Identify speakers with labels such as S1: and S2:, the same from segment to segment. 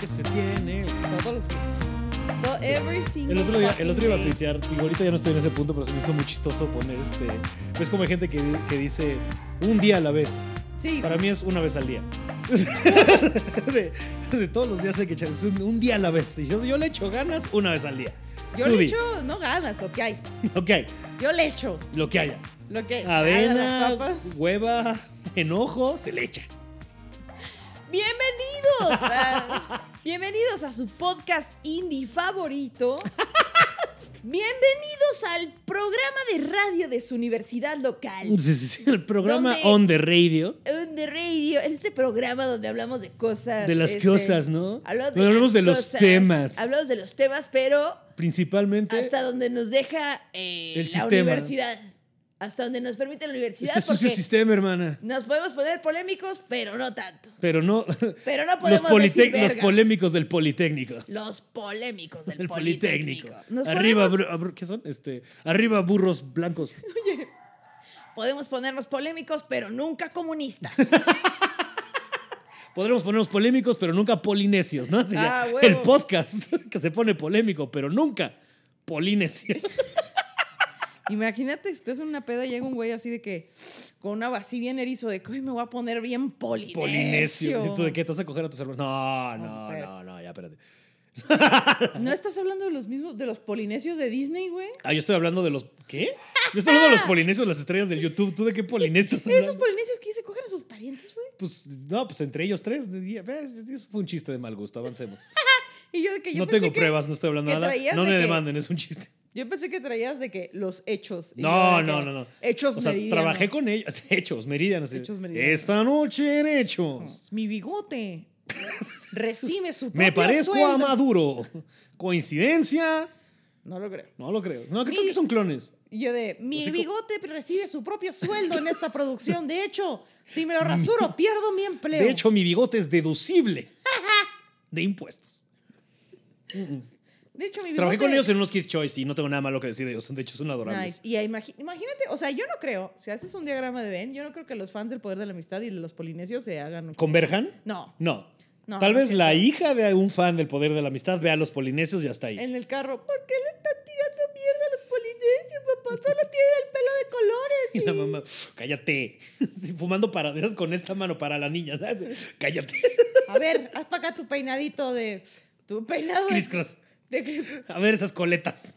S1: que se tiene.
S2: Todos los días. Do- every single
S1: El otro día, el
S2: fucking
S1: otro día iba a
S2: day.
S1: tuitear, y ahorita ya no estoy en ese punto, pero se me hizo muy chistoso poner este. Es como hay gente que, di- que dice un día a la vez.
S2: Sí,
S1: Para mí es una vez al día. de, de todos los días hay que echar es un, un día a la vez. Y yo, yo le echo ganas una vez al día.
S2: yo
S1: tú
S2: le
S1: di.
S2: echo, no ganas, lo que hay.
S1: Lo que hay,
S2: Yo le echo
S1: lo que haya.
S2: lo que es.
S1: Avena,
S2: Pues, ah, las papas.
S1: hueva, enojo, se le echa.
S2: Bienvenidos a, bienvenidos a su podcast indie favorito. Bienvenidos al programa de radio de su universidad local.
S1: Sí, sí, sí, el programa
S2: ¿Dónde?
S1: On the Radio.
S2: On the radio, este programa donde hablamos de cosas.
S1: De las
S2: este,
S1: cosas, ¿no?
S2: Hablamos de,
S1: Donde hablamos
S2: las
S1: de los
S2: cosas,
S1: temas.
S2: Hablamos de los temas, pero
S1: Principalmente.
S2: hasta donde nos deja eh,
S1: El
S2: la
S1: sistema.
S2: universidad. Hasta donde nos permite la universidad.
S1: este sucio
S2: porque
S1: sistema, hermana.
S2: nos podemos poner polémicos, pero no tanto.
S1: Pero no.
S2: Pero no
S1: los,
S2: podemos
S1: politec-
S2: decir
S1: los
S2: verga.
S1: polémicos del Politécnico.
S2: Los polémicos del
S1: El
S2: Politécnico.
S1: Politécnico.
S2: Nos
S1: Arriba,
S2: podemos,
S1: bru- abru- ¿qué son? Este, arriba burros blancos.
S2: podemos ponernos polémicos, pero nunca comunistas.
S1: Podremos ponernos polémicos, pero nunca polinesios, ¿no? Así ya,
S2: Ah, huevo.
S1: el podcast que se pone polémico, pero nunca polinesio.
S2: Imagínate, estás en una peda y llega un güey así de que con una así bien erizo de que hoy me voy a poner bien polinesio.
S1: polinesio. ¿Y ¿Tú de qué te vas a coger a tus hermanos? No,
S2: No,
S1: no,
S2: espérate.
S1: no, no, ya espérate.
S2: ¿No estás hablando de los mismos, de los polinesios de Disney, güey?
S1: Ah, yo estoy hablando de los. ¿Qué? Yo estoy hablando de los polinesios, las estrellas del YouTube. ¿Tú de qué polinestas
S2: Esos
S1: hablas?
S2: polinesios que se cogen a sus parientes, güey.
S1: Pues, no, pues entre ellos tres. diría, ¿ves? Eso fue un chiste de mal gusto. Avancemos.
S2: Y yo de que yo
S1: no
S2: pensé
S1: tengo
S2: que-
S1: pruebas, no estoy hablando
S2: que
S1: nada.
S2: traías
S1: No
S2: de
S1: me
S2: que-
S1: demanden, es un chiste.
S2: Yo pensé que traías de que los hechos. Y yo
S1: No,
S2: de que
S1: no, no, no.
S2: Hechos
S1: O sea,
S2: meridiano.
S1: trabajé con ellos. Hechos, Meridian. así.
S2: Hechos Meridiano.
S1: Esta noche en Hechos.
S2: Mi bigote. Recibe su
S1: Me
S2: propio
S1: parezco a
S2: sueldo.
S1: Maduro. ¿Coincidencia?
S2: No lo creo.
S1: No lo creo. No, creo
S2: Mi-
S1: que son clones.
S2: Y yo de, mi
S1: Así como-
S2: bigote recibe su propio sueldo en esta producción. De hecho, si me lo rasuro, pierdo mi empleo.
S1: De hecho, mi bigote es deducible de impuestos.
S2: De hecho, mi bigote...
S1: Trabajé con ellos en unos Kids Choice y no tengo nada malo que decir de ellos. De hecho, son adorables.
S2: Nice. Y ahí imagi- imagínate, o sea, yo no creo, si haces un diagrama de Ben, yo no creo que los fans del poder de la amistad y de los polinesios se hagan...
S1: ¿Converjan?
S2: No.
S1: No.
S2: No,
S1: Tal
S2: no
S1: vez
S2: es
S1: la hija de un fan del poder de la amistad vea a los polinesios y hasta ahí.
S2: En el carro, ¿por qué le están tirando mierda a los polinesios, papá? Solo tiene el pelo de colores.
S1: Y la mamá, cállate. Sí, Fumando paradisas con esta mano para la niña. ¿sabes? Cállate.
S2: A ver, haz para acá tu peinadito de... Tu peinado de...
S1: Cris Cross.
S2: de criss-
S1: A ver esas coletas.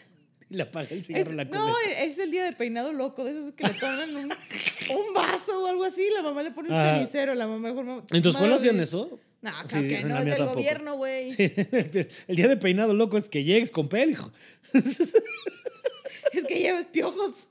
S1: Y le apaga el cigarro
S2: Es-
S1: a la coleta.
S2: no, es el día de peinado loco, de esos que le ponen un, un vaso o algo así, la mamá le pone un
S1: Ah.
S2: cenicero, la mamá mejor
S1: ¿En tu escuela hacían eso?
S2: No, claro
S1: Sí,
S2: que
S1: en
S2: no,
S1: la
S2: es
S1: mía
S2: del
S1: tampoco.
S2: gobierno, güey.
S1: Sí, el, el día de peinado loco es que llegues con pel, hijo.
S2: Es que lleves piojos.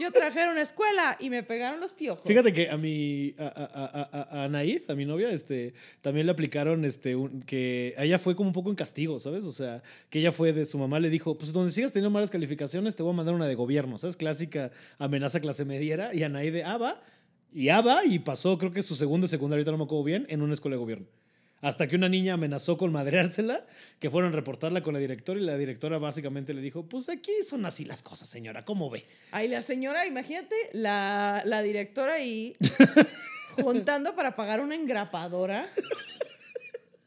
S2: Yo trabajé en una escuela y me pegaron los piojos.
S1: Fíjate que a mi a, a, a, a- a Anaid, a mi novia, este, también le aplicaron este un- que a ella fue como un poco en castigo, ¿sabes? O sea, que ella fue de su mamá le dijo, "Pues donde sigas teniendo malas calificaciones te voy a mandar una de gobierno", ¿sabes? Clásica amenaza clase mediera y Anaí de Ava y Ava y pasó creo que su segunda secundaria, ahorita no me acuerdo bien, en una escuela de gobierno. Hasta que una niña amenazó con madreársela, que fueron a reportarla con la directora y la directora básicamente le dijo, pues aquí son así las cosas, señora, ¿cómo ve?
S2: Ay, la señora, imagínate, la, la directora ahí juntando para pagar una engrapadora.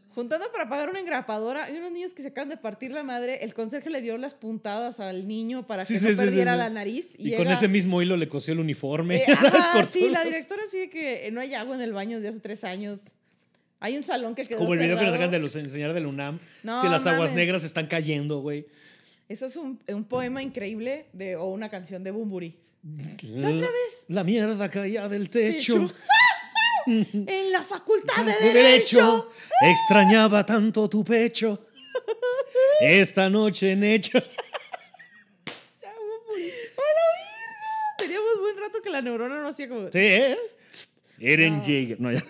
S2: Juntando para pagar una engrapadora. Hay unos niños que se acaban de partir la madre. El conserje le dio las puntadas al niño para
S1: Sí,
S2: que
S1: sí,
S2: no
S1: sí, sí,
S2: perdiera
S1: sí.
S2: la nariz.
S1: Y con
S2: llega-
S1: ese mismo hilo le cosió el uniforme.
S2: Eh,
S1: ¿sabes?
S2: ajá,
S1: Cortó
S2: sí, la
S1: los-
S2: directora sí de que eh, no hay agua en el baño desde hace tres años. Hay un salón que quedó
S1: Como el video que nos
S2: cerrado.
S1: sacan de los enseñar del UNAM.
S2: No,
S1: si las aguas
S2: mames.
S1: negras están cayendo, güey.
S2: Eso es un, un poema increíble de, o una canción de Bumburi. otra vez.
S1: La mierda caía del techo.
S2: Techo. en la facultad de
S1: De
S2: Derecho.
S1: Mm. derecho. Extrañaba tanto tu pecho. Esta noche en hecho.
S2: Teníamos buen rato que la neurona no hacía como...
S1: Sí, ¿eh? Eren Jaeger. No, ya.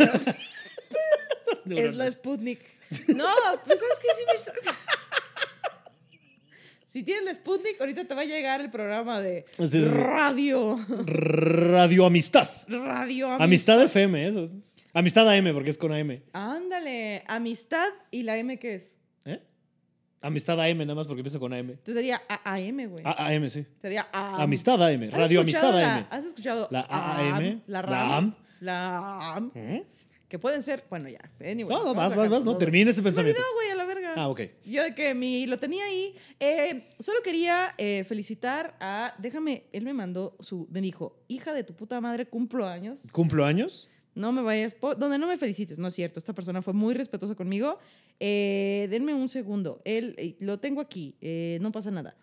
S2: Es la Sputnik. No, pues es que sí me... está- Si tienes la Sputnik, ahorita te va a llegar el programa de
S1: Sí, sí, sí.
S2: radio.
S1: Radio Amistad.
S2: Radio Amistad.
S1: Amistad FM, eso. es. Amistad AM, porque es con AM.
S2: Ándale, amistad y la M que es.
S1: ¿Eh? Amistad AM, nada más porque empieza con AM.
S2: Entonces sería AM, güey.
S1: A- AM, sí.
S2: Sería AM.
S1: Ah, Amistad AM,
S2: Ah. ¿Has
S1: Radio
S2: escuchado
S1: Amistad
S2: la-
S1: AM.
S2: ¿Has escuchado
S1: La AM,
S2: La
S1: la
S2: RAM,
S1: AM.
S2: la AM,
S1: ¿Mm?
S2: Que pueden ser, bueno, ya. Anyway,
S1: No, no,
S2: vamos
S1: vas,
S2: a
S1: vas, vas.
S2: dejarlo,
S1: No, termina ese
S2: Se me
S1: pensamiento.
S2: olvidó, güey, a la verga.
S1: Ah, ok.
S2: Yo de que mi lo tenía ahí. Eh, solo quería eh, felicitar a. Déjame, él me mandó su. Me dijo, hija de tu puta madre, cumplo años.
S1: ¿Cumplo años?
S2: No me vayas. po- Donde no me felicites, no es cierto. Esta persona fue muy respetuosa conmigo. Eh, denme un segundo. Él eh, lo tengo aquí. eh, no pasa nada.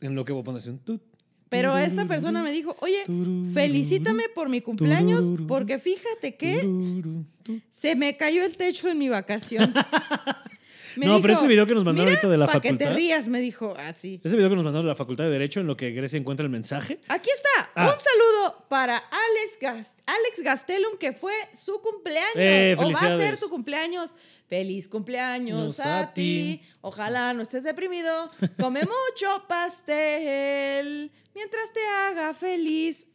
S1: En lo que voy a poner así un tut.
S2: Pero esta
S1: Turururu,
S2: persona me dijo, oye,
S1: turururu,
S2: felicítame por mi cumpleaños,
S1: turururu,
S2: porque fíjate que
S1: turururu, tut.
S2: se me cayó el techo en mi vacación. Me
S1: No, pero ese video que nos mandaron
S2: "Mira,
S1: ahorita de la
S2: pa' que te
S1: facultad".
S2: rías, me dijo así.
S1: Ese video que nos mandaron de la Facultad de Derecho en lo que Grecia encuentra el mensaje.
S2: Aquí está.
S1: Ah.
S2: Un saludo para Alex, Gas- Alex Gastelum, que fue su cumpleaños.
S1: Eh,
S2: o va a ser
S1: felicidades.
S2: su cumpleaños. Feliz cumpleaños
S1: Nos
S2: a,
S1: a
S2: ti.
S1: ti.
S2: Ojalá no estés deprimido. Come mucho pastel. Mientras te haga feliz.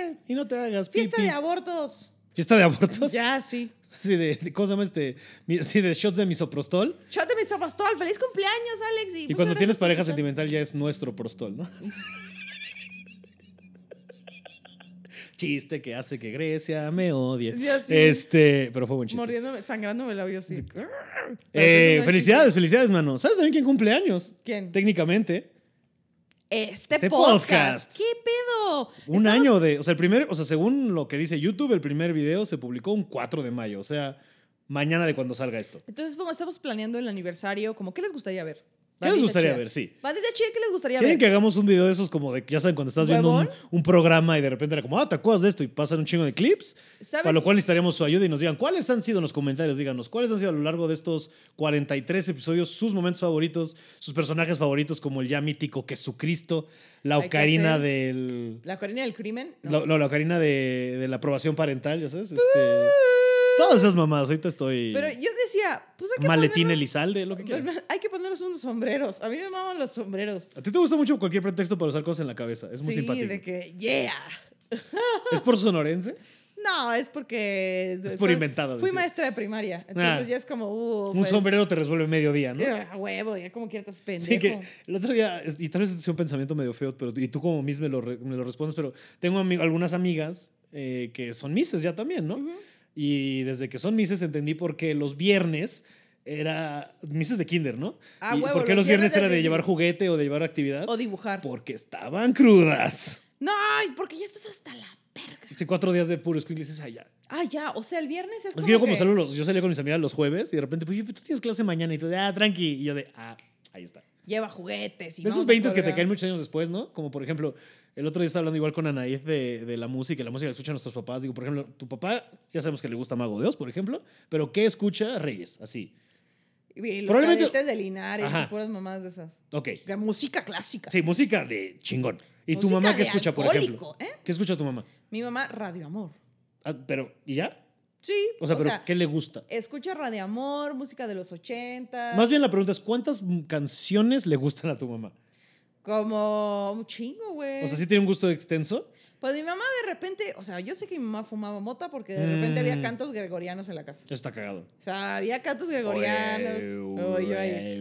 S1: Eh, y no te hagas pipi.
S2: Fiesta de abortos.
S1: Fiesta de abortos.
S2: Ya, sí.
S1: Así de, de- ¿cómo se llama este? Mi- Así de shots de misoprostol.
S2: Shot de Mr. Pastor. Feliz cumpleaños, Alex.
S1: Y
S2: muchas
S1: cuando
S2: gracias
S1: tienes
S2: por
S1: pareja
S2: escuchar.
S1: sentimental ya es nuestro prostol, ¿no? chiste que hace que Grecia me odie.
S2: Ya sí.
S1: Este, pero fue buen chiste.
S2: Mordiéndome, sangrándome el labio así.
S1: Eh,
S2: Parece un
S1: felicidades, felicidades, mano. ¿Sabes también quién cumple años?
S2: ¿Quién?
S1: Técnicamente.
S2: Este,
S1: Este
S2: podcast.
S1: podcast.
S2: ¿Qué pedo?
S1: Un
S2: Estamos-
S1: año de. O sea, el primer. O sea, según lo que dice YouTube, el primer video se publicó un 4 de mayo. O sea, mañana de cuando salga esto.
S2: Entonces, como estamos planeando el aniversario, como, ¿qué les gustaría ver?
S1: ¿Qué les gustaría ver? Sí.
S2: Bandita chida, ¿qué les gustaría ver?
S1: Quieren que hagamos un video de esos como de, ya saben, cuando estás viendo un,
S2: ¿Huevón?
S1: un programa y de repente era como, ah, ¿te acuerdas de esto? Y pasan un chingo de clips.
S2: ¿Sabes?
S1: Para lo cual necesitaríamos su ayuda y nos digan cuáles han sido en los comentarios, díganos cuáles han sido a lo largo de estos 43 episodios sus momentos favoritos, sus personajes favoritos como el ya mítico Jesucristo, la
S2: Hay que
S1: ocarina
S2: hacer-
S1: del...
S2: La Corina del Crimen. No.
S1: No, no, la ocarina de, de la aprobación parental, ya sabes. Este, todas esas mamadas, ahorita estoy...
S2: Pero yo decía, pues hay que
S1: maletín
S2: ponernos,
S1: Elizalde, lo que quieran.
S2: Hay que ponernos unos sombreros. A mí me maman los sombreros.
S1: A ti te gusta mucho cualquier pretexto para usar cosas en la cabeza, es muy
S2: sí,
S1: simpático.
S2: de que, yeah.
S1: ¿Es por sonorense?
S2: No, es porque...
S1: Es por inventado,
S2: Fui
S1: decía.
S2: maestra de primaria. Entonces
S1: Ah.
S2: ya es como... Uh,
S1: Un
S2: fue-
S1: sombrero te resuelve mediodía, ¿no?
S2: Ah, huevo, ya como quieras, pendejo.
S1: Sí, que el otro día, es- y tal vez este sea un pensamiento medio feo, pero y tú como Miss me lo, re- me lo respondes, pero tengo ami- algunas amigas eh, que son Misses ya también, ¿no? Y desde que son Misses entendí por qué los viernes era Misses de Kinder, ¿no?
S2: Ah,
S1: y
S2: huevo,
S1: por qué
S2: los
S1: los viernes
S2: viernes
S1: era
S2: de-
S1: de llevar juguete o de llevar actividad.
S2: O dibujar.
S1: Porque estaban crudas.
S2: No, ay, porque ya estás hasta la verga.
S1: Sí, cuatro días de puro escuincle, dices, ay, ya.
S2: Ah, ya, o sea, el viernes es,
S1: Es que yo como
S2: que-
S1: salgo los- yo salía con mis amigas los jueves y de repente, pues, tú tienes clase mañana y tú, de, ah, tranqui. Y yo de, ah, ahí está.
S2: lleva juguetes. Y
S1: De esos
S2: vamos a
S1: 20 que te
S2: colgar.
S1: caen muchos años después, ¿no? Como por ejemplo, el otro día estaba hablando igual con Anaíz de, de la música, la música que escuchan nuestros papás. Digo, por ejemplo, tu papá, ya sabemos que le gusta Mago de Dios, por ejemplo, pero ¿qué escucha Reyes? Así.
S2: Y los
S1: Probablemente-
S2: cadetes de Linares y
S1: Ajá.
S2: puras mamás de esas.
S1: Ok.
S2: Que Música clásica.
S1: Sí, música de chingón. ¿Y tu
S2: Música
S1: mamá
S2: de
S1: qué escucha, por
S2: alcohólico,
S1: ejemplo?
S2: ¿eh?
S1: ¿Qué escucha tu mamá?
S2: Mi mamá, Radio Amor.
S1: Ah, pero, ¿y ya?
S2: Sí.
S1: O sea, pero ¿qué le gusta?
S2: escucha Radio Amor, música de los 80.
S1: Más bien la pregunta es, ¿cuántas m- canciones le gustan a tu mamá?
S2: Como un chingo, güey.
S1: O sea, ¿sí tiene un gusto extenso?
S2: Pues mi mamá de repente, o sea, yo sé que mi mamá fumaba mota porque de repente
S1: Mm.
S2: había cantos gregorianos en la casa.
S1: Eso está cagado.
S2: O sea, había cantos gregorianos. Oh, yo ahí.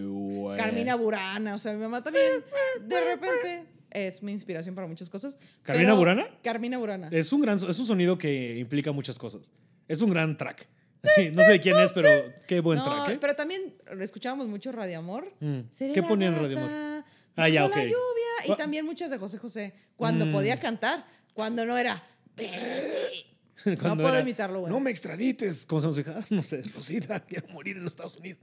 S2: Carmina Burana, o sea, mi mamá también de repente es mi inspiración para muchas cosas.
S1: ¿Carmina
S2: pero-
S1: Burana?
S2: Carmina Burana.
S1: Es un gran, es un sonido que implica muchas cosas. Es un gran track. Así, no sé de quién es, pero qué buen
S2: no,
S1: track. ¿eh?
S2: pero también escuchábamos mucho Radio Amor.
S1: Mm.
S2: Seré
S1: ¿Qué
S2: la
S1: ponía en Radio Amor?
S2: gata
S1: Ah, ya,
S2: bajo la
S1: ok.
S2: lluvia y
S1: Gua-
S2: también muchas de José José cuando
S1: Mm.
S2: podía cantar, cuando no era. no
S1: Cuando
S2: puedo
S1: era,
S2: imitarlo, güey.
S1: No me extradites. ¿Cómo se llama su hija? No sé, Rosita, quiero morir en los Estados Unidos.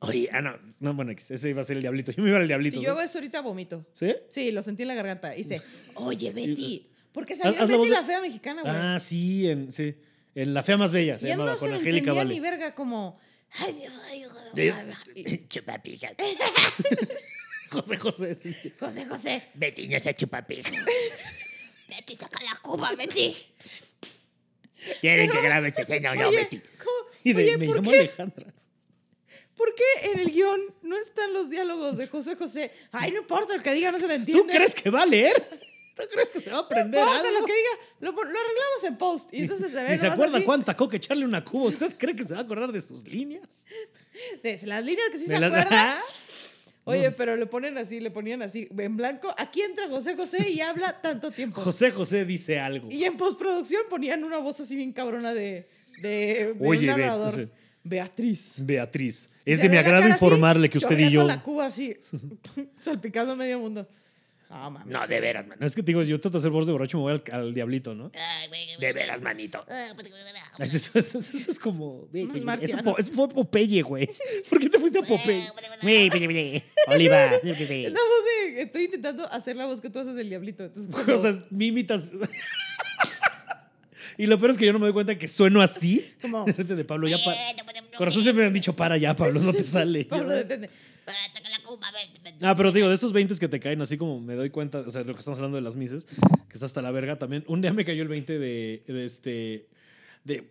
S1: Oye, ah, no, no, bueno, X, ese iba a ser el diablito. Yo me iba al diablito.
S2: si yo hago eso ahorita vomito.
S1: ¿Sí? ¿Sí?
S2: Sí, lo sentí en la garganta. Hice, oye, Betty. Porque
S1: eh, Haz-
S2: salió
S1: haz la
S2: Betty
S1: voz de-
S2: la, fea mexicana, güey.
S1: Ah, sí, en, sí. En La Fea Más Bella se
S2: ya
S1: llamaba,
S2: no se
S1: con
S2: le
S1: Angélica
S2: entendía ni
S1: Vale.
S2: verga como. "Ay, Dios, ay, Dios, ay, Dios".
S3: chupapijas.
S1: José José, sí. sí.
S2: José José.
S3: Betty no se chupapijas. Betty, saca la cuba, Betty. Quieren que grabe esta escena o este no,
S2: Oye,
S3: Betty.
S2: ¿cómo-
S1: Y de,
S2: oye,
S1: me
S2: ¿por,
S1: llamo
S2: qué,
S1: Alejandra.
S2: por qué en el guión no están los diálogos de José José? Ay, no importa, el que diga no se lo entiende.
S1: ¿Tú crees que va a leer? ¿Tú crees que se va a
S2: No
S1: aprender
S2: importa
S1: algo?
S2: lo que diga, lo, pon- lo arreglamos en post. Y entonces se ve
S1: Ni se
S2: nomás
S1: acuerda
S2: así,
S1: cuánta coca echarle una cuba. ¿Usted cree que se va a acordar de sus líneas?
S2: de las líneas que sí
S1: De
S2: se
S1: las-
S2: acuerdan. Oye, pero le ponen así, le ponían así, en blanco. Aquí entra José José y habla tanto tiempo.
S1: José José dice algo.
S2: Y en postproducción ponían una voz así bien cabrona de de, de un
S1: Oye, ve-
S2: narrador.
S1: sí.
S2: Beatriz.
S1: Beatriz, es
S2: Se
S1: de
S2: ve
S1: mi
S2: la
S1: agrado
S2: cara así,
S1: informarle que usted y
S2: chorreando
S1: yo.
S2: la cuba así, salpicando medio mundo. Ah, mami.
S3: No, de veras, man.
S1: No, es que te digo, yo trato de hacer voz de borracho, me voy al, al diablito, ¿no?
S2: Ah.
S3: Ay, güey, De veras, manito.
S1: Eso, eso- eso- eso es como. güey,
S2: Unos
S1: güey, Eso,
S2: marcianos.
S1: po- eso fue Popeye, güey. ¿Por qué te fuiste a Popeye? Güey, güey, güey. Oliva.
S2: Es La voz de, estoy intentando hacer la voz que tú haces del diablito. Entonces, cuando-
S1: Cosas mímitas. Y lo peor es que yo no me doy cuenta que sueno así.
S2: Como- "Eh,
S1: De repente de Pablo, ya para. Corazón siempre me han dicho, para ya, Pablo, no te sale.
S2: Pablo,
S1: Yo-
S2: detente.
S1: Ah, pero digo, de esos 20 que te caen, así como me doy cuenta, o sea, de lo que estamos hablando de las mises, que está hasta la verga también. Un día me cayó el 20 de, de este. de.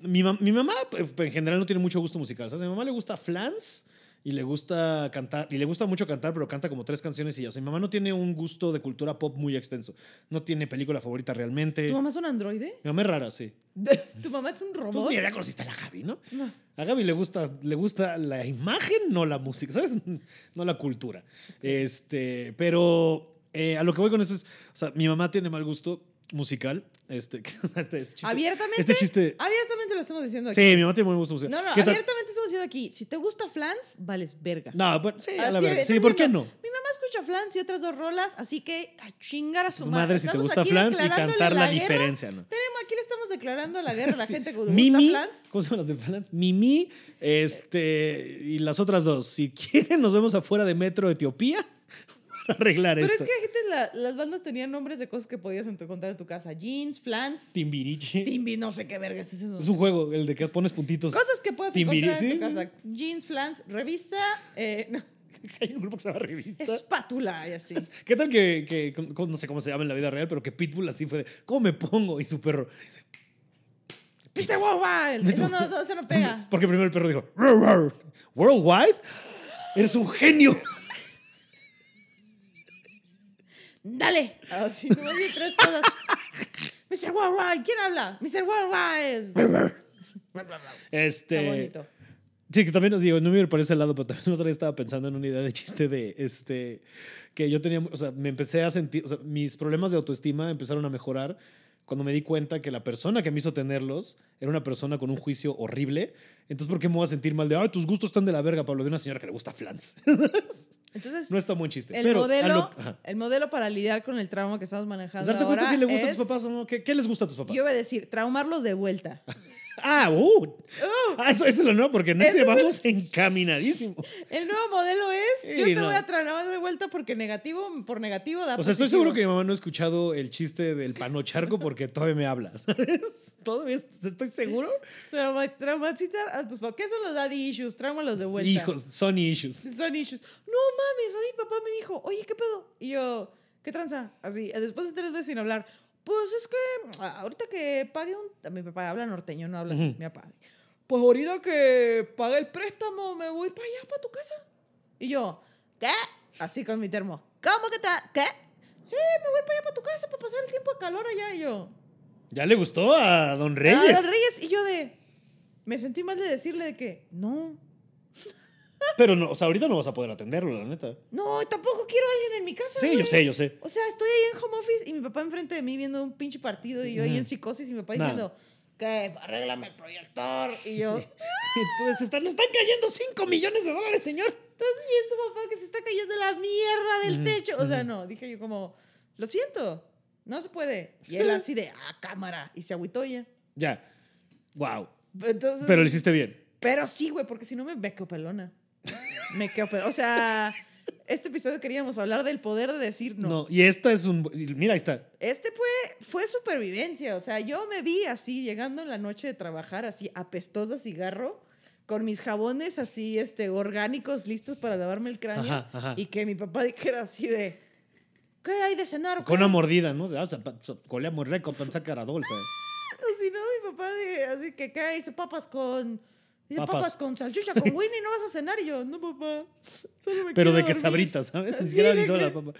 S1: Mi, mam- mi mamá p- p- en general no tiene mucho gusto musical. O sea, a mi mamá le gusta Flans y le gusta cantar, y le gusta mucho cantar, pero canta como tres canciones y ya. O sea, mi mamá no tiene un gusto de cultura pop muy extenso. No tiene película favorita realmente.
S2: ¿Tu
S1: Mi
S2: mamá es un androide?
S1: mamá es rara, sí.
S2: ¿Tu mamá es un
S1: Pues
S2: robot?
S1: mira, ya conociste a la Javi, ¿no?
S2: No.
S1: A Gaby le gusta, le gusta la imagen, no la música, ¿sabes? No la cultura. Este, pero eh, a lo que voy con eso es, o sea, mi mamá tiene mal gusto musical. Este, que- este, este chiste.
S2: Abiertamente.
S1: Este chiste.
S2: Abiertamente lo estamos diciendo aquí.
S1: Sí, mi mamá tiene mal gusto musical.
S2: No, no,
S1: ¿Qué tal?
S2: abiertamente estamos diciendo aquí. Si te gusta Flans, vales verga.
S1: No, bueno, sí, a la
S2: Así,
S1: verga. Sí,
S2: estás
S1: ¿por qué
S2: diciendo,
S1: no?
S2: Mi mamá escucha Flans y otras dos rolas, así que a chingar a su
S1: Tu madre si te
S2: Estamos
S1: gusta
S2: aquí
S1: Flans y
S2: declarándole
S1: cantar la,
S2: guerra.
S1: diferencia, ¿no?
S2: Tenemos, aquí le estamos declarando la guerra a la gente que gusta
S1: Mimi,
S2: Flans.
S1: ¿cómo se llaman las de Flans? Mimi, este, y las otras dos. Si quieren, nos vemos afuera de Metro Etiopía para arreglar
S2: Pero
S1: esto.
S2: es que a gente la- las bandas tenían nombres de cosas que podías encontrar en tu casa. Jeans, Flans,
S1: Timbiriche.
S2: Timbi, no sé qué vergas es eso.
S1: Es un juego, el de que pones puntitos.
S2: Cosas que puedes
S1: Timbiri-
S2: encontrar en tu
S1: sí, sí,
S2: casa. Jeans, Flans, revista, eh, no,
S1: Hay un grupo que se llama Revista.
S2: espátula y así.
S1: ¿Qué tal que, que- con- con- no sé cómo se llama en la vida real, pero que Pitbull así fue de, ¿cómo me pongo? Y su perro.
S2: ¡Piste Wild! Eso no, no, eso no pega.
S1: Porque primero el perro dijo, "Roar, roar". ¿Worldwide? Eres un genio.
S2: ¡Dale! Así, no di tres cosas. Mr. Worldwide, ¿quién habla? Mr. Worldwide. Está
S1: Este.
S2: bonito.
S1: Sí, que también os digo, no me parece al lado, pero también otra vez estaba pensando en una idea de chiste de este. Que yo tenía, o sea, me empecé a sentir, o sea, mis problemas de autoestima empezaron a mejorar cuando me di cuenta que la persona que me hizo tenerlos era una persona con un juicio horrible. Entonces, ¿por qué me voy a sentir mal de, ay, tus gustos están de la verga, Pablo, de una señora que le gusta flans?
S2: Entonces,
S1: no está muy chiste.
S2: el,
S1: pero a
S2: modelo,
S1: lo- ajá.
S2: el modelo para lidiar con el trauma que estamos manejando
S1: Pues, darte
S2: ahora
S1: cuenta si le gusta a
S2: es-
S1: tus papás o no. ¿Qué, qué les gusta a tus papás?
S2: Yo voy a decir, traumarlos de vuelta.
S1: Ah, uh. Ah, eso, eso es lo nuevo, porque en ese
S2: Eso es-
S1: vamos encaminadísimos.
S2: El nuevo modelo es, yo
S1: Sí,
S2: te
S1: no.
S2: voy a traumar de vuelta porque negativo por negativo da
S1: O sea, estoy
S2: positivo.
S1: seguro que mi mamá no ha escuchado el chiste del panocharco porque todavía me hablas, ¿sabes? Todavía es- estoy seguro.
S2: Trauma- Traumatizar a tus papás. ¿Qué son los daddy issues? Tráumalos de vuelta.
S1: Hijos, son issues.
S2: Son issues. No mames, a mi papá me dijo, oye, ¿qué pedo? Y yo, ¿qué tranza? Así, después de tres veces sin hablar. Pues es que ah, ahorita que pague un... Mi papá habla norteño, no habla así,
S1: Ujú.
S2: mi papá. Pues ahorita que pague el préstamo me voy para allá, para tu casa. Y yo, ¿qué? Así con mi termo. ¿Cómo que está? ¿Qué? Sí, me voy para allá, para tu casa, para pasar el tiempo de calor allá. Y yo,
S1: Ya le gustó a Don
S2: Ah,
S1: Reyes,
S2: los Reyes. Y yo de... Me sentí mal de decirle de que, no,
S1: pero no, o sea, ahorita no vas a poder atenderlo, la neta.
S2: no, tampoco quiero a alguien en mi casa.
S1: Sí, yo
S2: güey".
S1: sé, yo sé.
S2: O sea, estoy ahí en home office y mi papá enfrente de mí viendo un pinche partido y yo ahí en psicosis y mi papá
S1: Nah.
S2: diciendo,
S3: Eh,
S2: que arréglame el proyector. Y yo, entonces,
S1: Entonces, están, le están cayendo 5 millones de dólares, señor.
S2: y tu papá que se está cayendo la mierda del techo. O sea, no, dije yo como, lo siento, no se puede. Y él así de, ah, cámara. Y se agüitó ya.
S1: Ya. Wow.
S2: Entonces,
S1: Pero lo hiciste bien.
S2: pero sí, güey, porque si no me, me quedo pelona. Me quedo pelona. O sea, este episodio queríamos hablar del poder de decir
S1: No. y esta es un. y Mira, ahí está.
S2: Este fue, fue supervivencia, o sea, yo me vi así, llegando en la noche de trabajar, así apestosa cigarro, con mis jabones así, este, orgánicos, listos para lavarme el cráneo,
S1: Ajá, ajá.
S2: y que mi papá dijera así de, ¿qué hay de cenar? o
S1: Con
S2: qué?"
S1: una mordida, ¿no? De, ah, zapa- zap- Colea muy rico, pensá que era dulce.
S2: Así, ¿no? Mi papá de, así que, ¿qué hay? Dice papas con... Dice
S1: Papas.
S2: papas. con salchicha, con Winnie, no vas a cenar. Y yo, no, papá, solo me
S1: Pero
S2: quiero
S1: de que
S2: dormir".
S1: sabritas, ¿sabes? Ni
S2: Así
S1: siquiera
S2: de
S1: avisó
S2: que-
S1: la papa.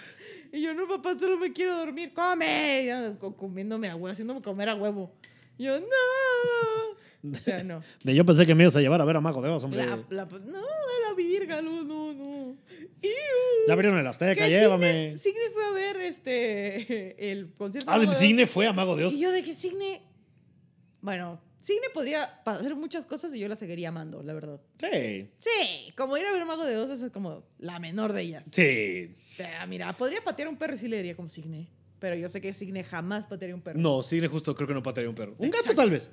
S2: Y yo, no, papá, solo me quiero dormir. ¡Come! Y ya, co- comiéndome a huevo, haciéndome comer a huevo. Y yo, no. O sea, no.
S1: De yo pensé que me ibas a llevar a ver a Mago de Oz, hombre.
S2: La, la- no, a la virga, no, no, no.
S1: Ya abrieron el Azteca,
S2: Signe,
S1: llévame.
S2: Signe fue a ver este, el concierto.
S1: Ah,
S2: de
S1: el
S2: Mago de Oz.
S1: cine fue a Mago de Oz.
S2: Y yo de que Signe... Bueno, cine podría hacer muchas cosas y yo las seguiría amando, la verdad.
S1: Sí.
S2: Sí, como ir a ver Mago de Oz es como la menor de ellas.
S1: Sí.
S2: O sea, mira, podría patear un perro y sí le diría como Signe. Pero yo sé que Signe jamás patearía un perro.
S1: No, sí, justo creo que no patearía un perro. Un gato
S2: Exacto.
S1: tal vez.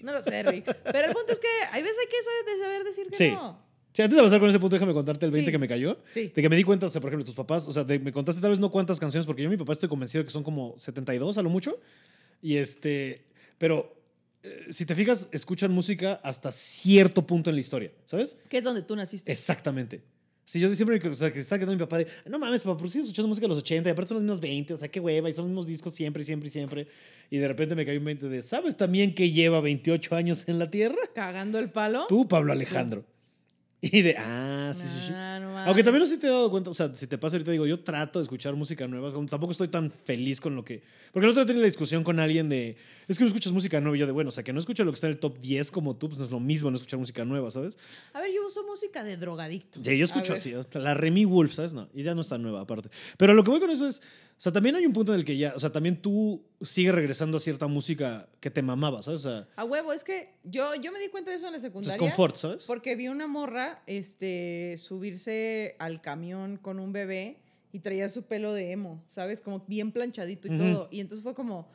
S2: No lo sé, Rick. Pero el punto es que hay veces hay que saber, saber decir que
S1: Sí.
S2: no.
S1: Sí, antes de avanzar con ese punto, déjame contarte el 20
S2: Sí.
S1: que me cayó.
S2: Sí.
S1: De que me di cuenta, o sea, por ejemplo, tus papás, o sea, de- me contaste tal vez no cuántas canciones, porque yo y mi papá estoy convencido que son como 72 a lo mucho. Y este, pero eh, si te fijas, escuchan música hasta cierto punto en la historia, ¿sabes?
S2: Que es donde tú naciste.
S1: Exactamente. Si yo siempre o sea, que está quedando mi papá de, no mames, papá, ¿por qué sigues escuchando música de los 80? Y aparte son los mismos 20, o sea, qué hueva, y son los mismos discos siempre, siempre, siempre. Y de repente me cayó un 20 de, ¿sabes también que lleva 28 años en la Tierra?
S2: Cagando el palo.
S1: Tú, Pablo Alejandro. Y de, ah, sí, sí, sí.
S2: Ah, no mames.
S1: Aunque también no sé si te he dado cuenta, o sea, si te pasa ahorita, digo, yo trato de escuchar música nueva, como tampoco estoy tan feliz con lo que... Porque el otro día tenía la discusión con alguien de, es que no escuchas música nueva, y yo de, bueno, o sea, que no escucho lo que está en el top 10 como tú, pues no es lo mismo no escuchar música nueva, ¿sabes?
S2: A ver, yo uso música de drogadicto.
S1: Ya, yo escucho
S2: A ver.
S1: así, hasta la Remy Wolf, ¿sabes? No, y ya no está nueva aparte. Pero lo que voy con eso es, o sea, también hay un punto en el que ya, o sea, también tú sigues regresando a cierta música que te mamaba, ¿sabes? O sea,
S2: A huevo, es que yo, yo me di cuenta de eso en la
S1: entonces
S2: secundaria.
S1: es confort, ¿sabes?
S2: Porque vi una morra este, subirse al camión con un bebé y traía su pelo de emo, ¿sabes? Como bien planchadito y
S1: Ujú.
S2: todo. Y entonces fue como,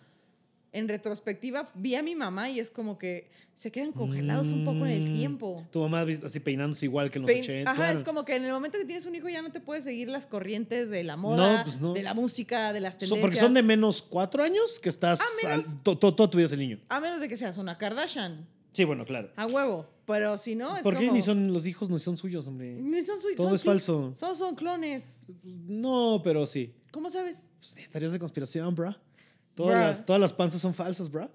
S2: en retrospectiva, vi a mi mamá y es como que se quedan congelados un poco en el
S1: Mm.
S2: tiempo.
S1: Tu mamá así peinándose igual que en los
S2: Pein-
S1: 80.
S2: Ajá,
S1: claro.
S2: es como que en el momento que tienes un hijo ya no te puedes seguir las corrientes de la moda,
S1: No, pues no.
S2: de la música, de las
S1: So-
S2: tendencias.
S1: porque son de menos cuatro años que estás
S2: Ah, menos.
S1: al- to- to- todo tu vida es el niño.
S2: A menos de que seas una Kardashian,
S1: Sí, bueno, claro.
S2: a huevo. Pero si no, Ah, es
S1: porque
S2: como... Mm.
S1: ni son los hijos no son suyos, hombre.
S2: ni son su-
S1: Todo
S2: son
S1: es
S2: cl-
S1: falso.
S2: Son, son clones.
S1: No, pero sí.
S2: ¿Cómo sabes?
S1: Pues, eh, Teorías de conspiración, bro. Todas,
S2: Bruh.
S1: Las, todas las panzas son falsas, bro.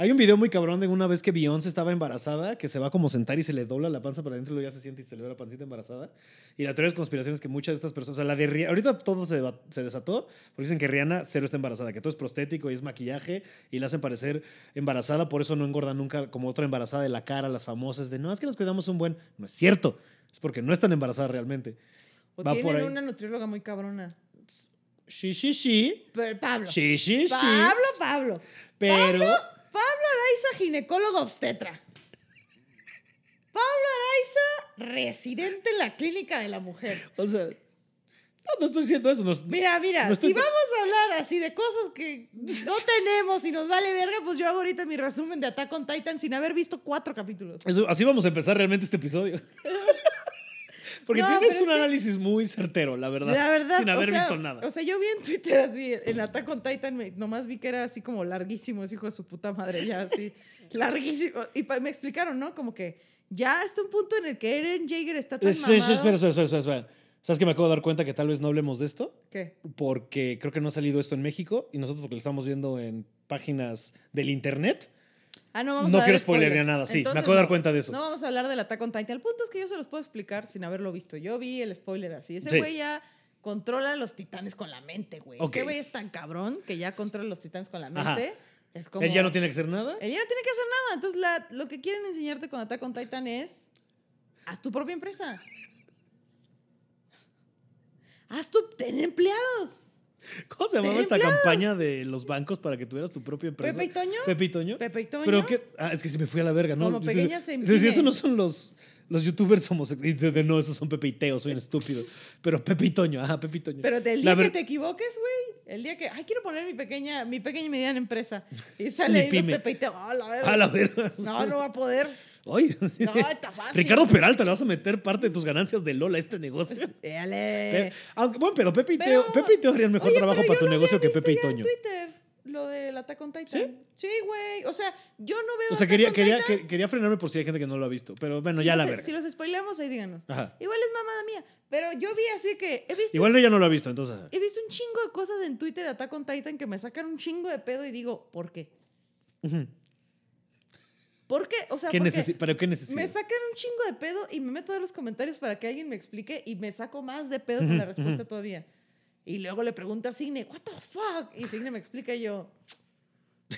S1: Hay un video muy cabrón de una vez que Beyoncé estaba embarazada, que se va como a sentar y se le dobla la panza para adentro y luego ya se siente y se le ve la pancita embarazada. Y la teoría de conspiración es que muchas de estas personas, o sea, la de Rihanna, ahorita todo se, deba- se desató porque dicen que Rihanna cero está embarazada, que todo es prostético y es maquillaje y la hacen parecer embarazada, por eso no engorda nunca como otra embarazada de la cara, las famosas, de no, es que nos cuidamos un buen. No es cierto, es porque no están embarazadas realmente.
S2: O
S1: Va por
S2: tienen
S1: ahí.
S2: una nutrióloga muy cabrona.
S1: Sí, sí, sí.
S2: Pero Pablo.
S1: Sí, sí, sí.
S2: Pablo, Pablo.
S1: Pero...
S2: Pablo Araiza, ginecólogo obstetra. Pablo Araiza, residente en la clínica de la mujer.
S1: O sea, no, no estoy diciendo eso. no es-
S2: Mira, mira,
S1: No estoy
S2: si
S1: tan-
S2: vamos a hablar así de cosas que no tenemos y nos vale verga, pues yo hago ahorita mi resumen de Attack on Titan sin haber visto cuatro capítulos.
S1: eso- así vamos a empezar realmente este episodio. Porque
S2: No, pero
S1: tienes
S2: es
S1: un
S2: que-
S1: análisis muy certero, la verdad.
S2: La verdad,
S1: Sin haber
S2: o sea,
S1: visto nada.
S2: O sea, yo vi en Twitter así, en Attack on Titan, me- nomás vi que era así como larguísimo, ese hijo de su puta madre, ya así, larguísimo. Y pa- me explicaron, ¿no? Como que ya hasta un punto en el que Eren Jaeger está tan
S1: Sí, sí,
S2: mamado.
S1: espera, espera, espera, espera, espera. ¿Sabes que me acabo de dar cuenta que tal vez no hablemos de esto?
S2: ¿Qué?
S1: Porque creo que no ha salido esto en México y nosotros porque lo estamos viendo en páginas del internet.
S2: Ah, no, vamos
S1: No
S2: a dar
S1: quiero spoilear ni nada, sí, me acabo de dar
S2: no,
S1: cuenta de eso.
S2: No vamos a hablar del Attack on Titan. El punto es que yo se los puedo explicar sin haberlo visto. Yo vi el spoiler así. Ese
S1: Sí.
S2: güey ya controla a los titanes con la mente, güey.
S1: Ok.
S2: Ese güey es tan cabrón que ya controla a los titanes con la
S1: Ajá.
S2: mente. Es como...
S1: Él ya no tiene que hacer nada.
S2: Él ya no tiene que hacer nada. Entonces, la- lo que quieren enseñarte con Attack on Titan es: haz tu propia empresa. Haz tu. Ten empleados.
S1: ¿Cómo se llamaba
S2: de
S1: esta campaña de los bancos para que tuvieras tu propia empresa?
S2: Pepe y Toño.
S1: Pepe y Toño.
S2: Pepe y Toño.
S1: Pero que ah, es que se me fui a la verga, ¿no?
S2: Como pequeñas
S1: Sí,
S2: en
S1: sí,
S2: cine.
S1: esos no son los, los youtubers homosexuales. De, de- no, esos son Pepe y Teo, soy un estúpido. Pero Pepe y Toño, ajá, Pepe y Toño.
S2: Pero del
S1: La
S2: día que
S1: ver-
S2: te equivoques, güey. El día que. Ay, quiero poner mi pequeña, mi pequeña y mediana empresa. Y sale
S1: Mi
S2: ahí
S1: pyme.
S2: los Pepe y te. "Ah, la verga".
S1: A la verga.
S2: No, no va a poder.
S1: Ay,
S2: No, está fácil.
S1: Ricardo Peralta, le vas a meter parte de tus ganancias de Lola a este negocio.
S2: Dale.
S1: Pe- Aunque, bueno, pero Pepe y
S2: Eh. Pero-
S1: Teo, Pepe y Teo harían mejor
S2: Oye,
S1: trabajo
S2: pero
S1: para
S2: yo
S1: tu
S2: lo había
S1: negocio que
S2: visto
S1: Pepe y
S2: ya en
S1: Toño.
S2: Twitter, lo del Attack on Titan. Sí, güey. O sea, yo no veo.
S1: O sea,
S2: Attack
S1: quería,
S2: on
S1: quería,
S2: Titan.
S1: que- quería frenarme por si hay gente que no lo ha visto. Pero bueno,
S2: Si
S1: ya
S2: los-
S1: la verga.
S2: Si los spoileamos, ahí díganos.
S1: Ajá.
S2: Igual es mamada mía. Pero yo vi así que he visto,
S1: Igual ella no lo ha visto, entonces.
S2: he visto un chingo de cosas en Twitter de Attack on Titan que me sacan un chingo de pedo y digo, ¿por qué? ¿Por qué? O sea,
S1: ¿Qué
S2: porque
S1: necesi- ¿Para qué necesitas?
S2: me sacan un chingo de pedo y me meto en los comentarios para que alguien me explique y me saco más de pedo con la
S1: Ujú,
S2: respuesta todavía. Y luego le pregunto a Signe, ¿What the fuck? Y Signe me explica y yo,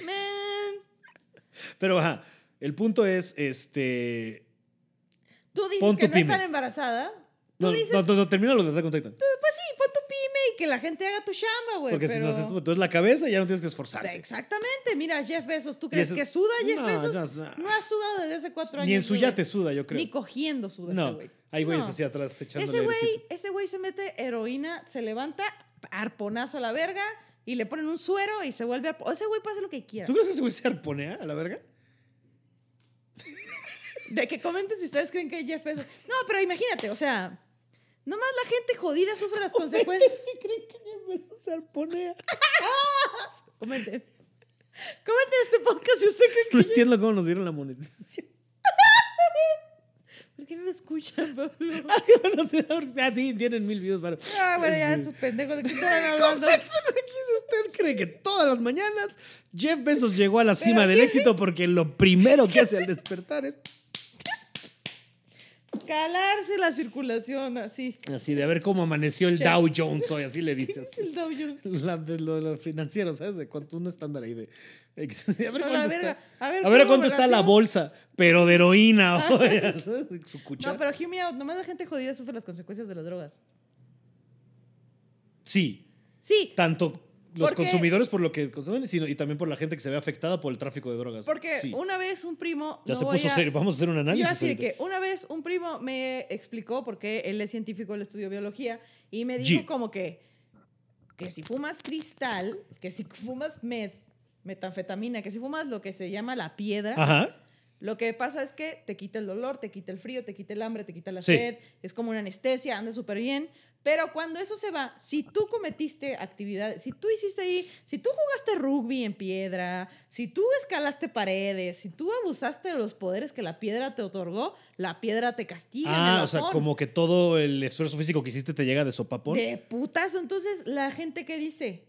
S2: Man,
S1: Pero ajá, el punto es, este...
S2: tú dices
S1: Pon
S2: que
S1: tu
S2: no
S1: pyme.
S2: están embarazada. Tú
S1: No,
S2: dices
S1: no, no, no, termina lo de Attack on Titan.
S2: pues sí, pon tu pyme y que la gente haga tu chamba, güey.
S1: Porque
S2: pero-
S1: si no, entonces la cabeza ya no tienes que esforzarte.
S2: Exactamente, mira, Jeff Bezos, ¿tú
S1: Y
S2: crees
S1: ese-
S2: que suda Jeff
S1: No,
S2: Bezos?
S1: no, no.
S2: No ha sudado desde hace cuatro años.
S1: Ni en su
S2: güey.
S1: yate suda, yo creo.
S2: Ni cogiendo suda ese
S1: no,
S2: güey.
S1: hay güeyes
S2: No.
S1: hacia atrás echándole
S2: Ese güey,
S1: airecito.
S2: ese güey se mete heroína, se levanta, arponazo a la verga y le ponen un suero y se vuelve arpo- Ese güey puede hacer lo que quiera.
S1: ¿Tú crees que ese güey se arponea a la verga?
S2: De que comenten si ustedes creen que Jeff Bezos. No, pero imagínate, o sea, nomás la gente jodida sufre las consecuencias.
S1: ¿Sí creen que Jeff Bezos se arponea?
S2: Comenten. Comenten este podcast si usted cree que.
S1: No entiendo cómo nos dieron la monetización.
S2: ¿Por qué no lo escuchan, Pablo?
S1: Ah, no sé, porque- ah, sí, tienen mil views, vale.
S2: Ah, bueno, ya estos pendejos de qué estaban hablando.
S1: ¿Usted cree que todas las mañanas Jeff Bezos llegó a la cima
S2: Pero
S1: del
S2: ¿quién
S1: éxito porque lo primero que hace al despertar es
S2: Calarse la circulación, así.
S1: así de a ver cómo amaneció el
S2: Sí.
S1: Dow Jones hoy, así le dice
S2: Es
S1: así.
S2: el Dow Jones.
S1: La- de lo de los financieros, ¿sabes? De cuánto un estándar ahí de. A ver,
S2: No,
S1: cuánto
S2: la
S1: está,
S2: verga. A ver,
S1: a ver
S2: ¿cómo
S1: cuánto está la
S2: relación?
S1: bolsa, pero de heroína. oye, Su cuchara.
S2: No, pero hear me out. Nomás la gente jodida sufre las consecuencias de las drogas.
S1: Sí,
S2: Sí,
S1: tanto los
S2: Porque-
S1: consumidores por lo que consumen sino, y también por la gente que se ve afectada por el tráfico de drogas.
S2: porque
S1: Pues, Sí.
S2: una vez un primo.
S1: Ya
S2: no
S1: se
S2: voy
S1: puso
S2: a-
S1: serio. Vamos a hacer un
S2: Yo
S1: análisis.
S2: así de
S1: ahorita.
S2: que una vez un primo me explicó, porque él es científico, él estudió biología, y me dijo
S1: Ji.
S2: como que, que si fumas cristal, que si fumas met, metanfetamina, que si fumas lo que se llama la piedra,
S1: Ajá.
S2: lo que pasa es que te quita el dolor, te quita el frío, te quita el hambre, te quita la
S1: Sí.
S2: sed, es como una anestesia, anda súper bien. Pero cuando eso se va, si tú cometiste actividades, si tú hiciste ahí, si tú jugaste rugby en piedra, si tú escalaste paredes, si tú abusaste de los poderes que la piedra te otorgó, la piedra te castiga. en
S1: Ah,
S2: el
S1: o sea,
S2: bajón.
S1: como que todo el esfuerzo físico que hiciste te llega de sopapón.
S2: De putazo. Entonces, la gente que dice,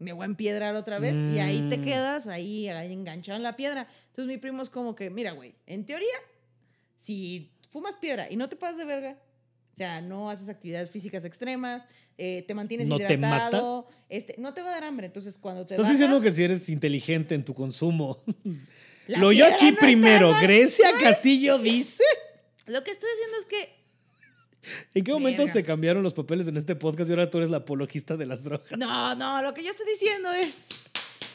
S2: me voy a empiedrar otra vez, y ahí te
S1: Mm.
S2: quedas ahí, ahí enganchado en la piedra. Entonces, mi primo es como que, mira, güey, en teoría, si fumas piedra y no te pasas de verga, o sea, no haces actividades físicas extremas, eh, te mantienes
S1: ¿No te
S2: hidratado, este, no te va a dar hambre. Entonces, cuando te
S1: Estás
S2: baja,
S1: diciendo que si eres inteligente en tu consumo.
S2: la
S1: Lo yo
S2: piedra no
S1: aquí
S2: está
S1: primero.
S2: mal.
S1: Grecia Castillo dice.
S2: Lo que estoy diciendo es que,
S1: ¿En qué momento
S2: Verga.
S1: se cambiaron los papeles en este podcast y ahora tú eres la apologista de las drogas?
S2: no, no, lo que yo estoy diciendo es,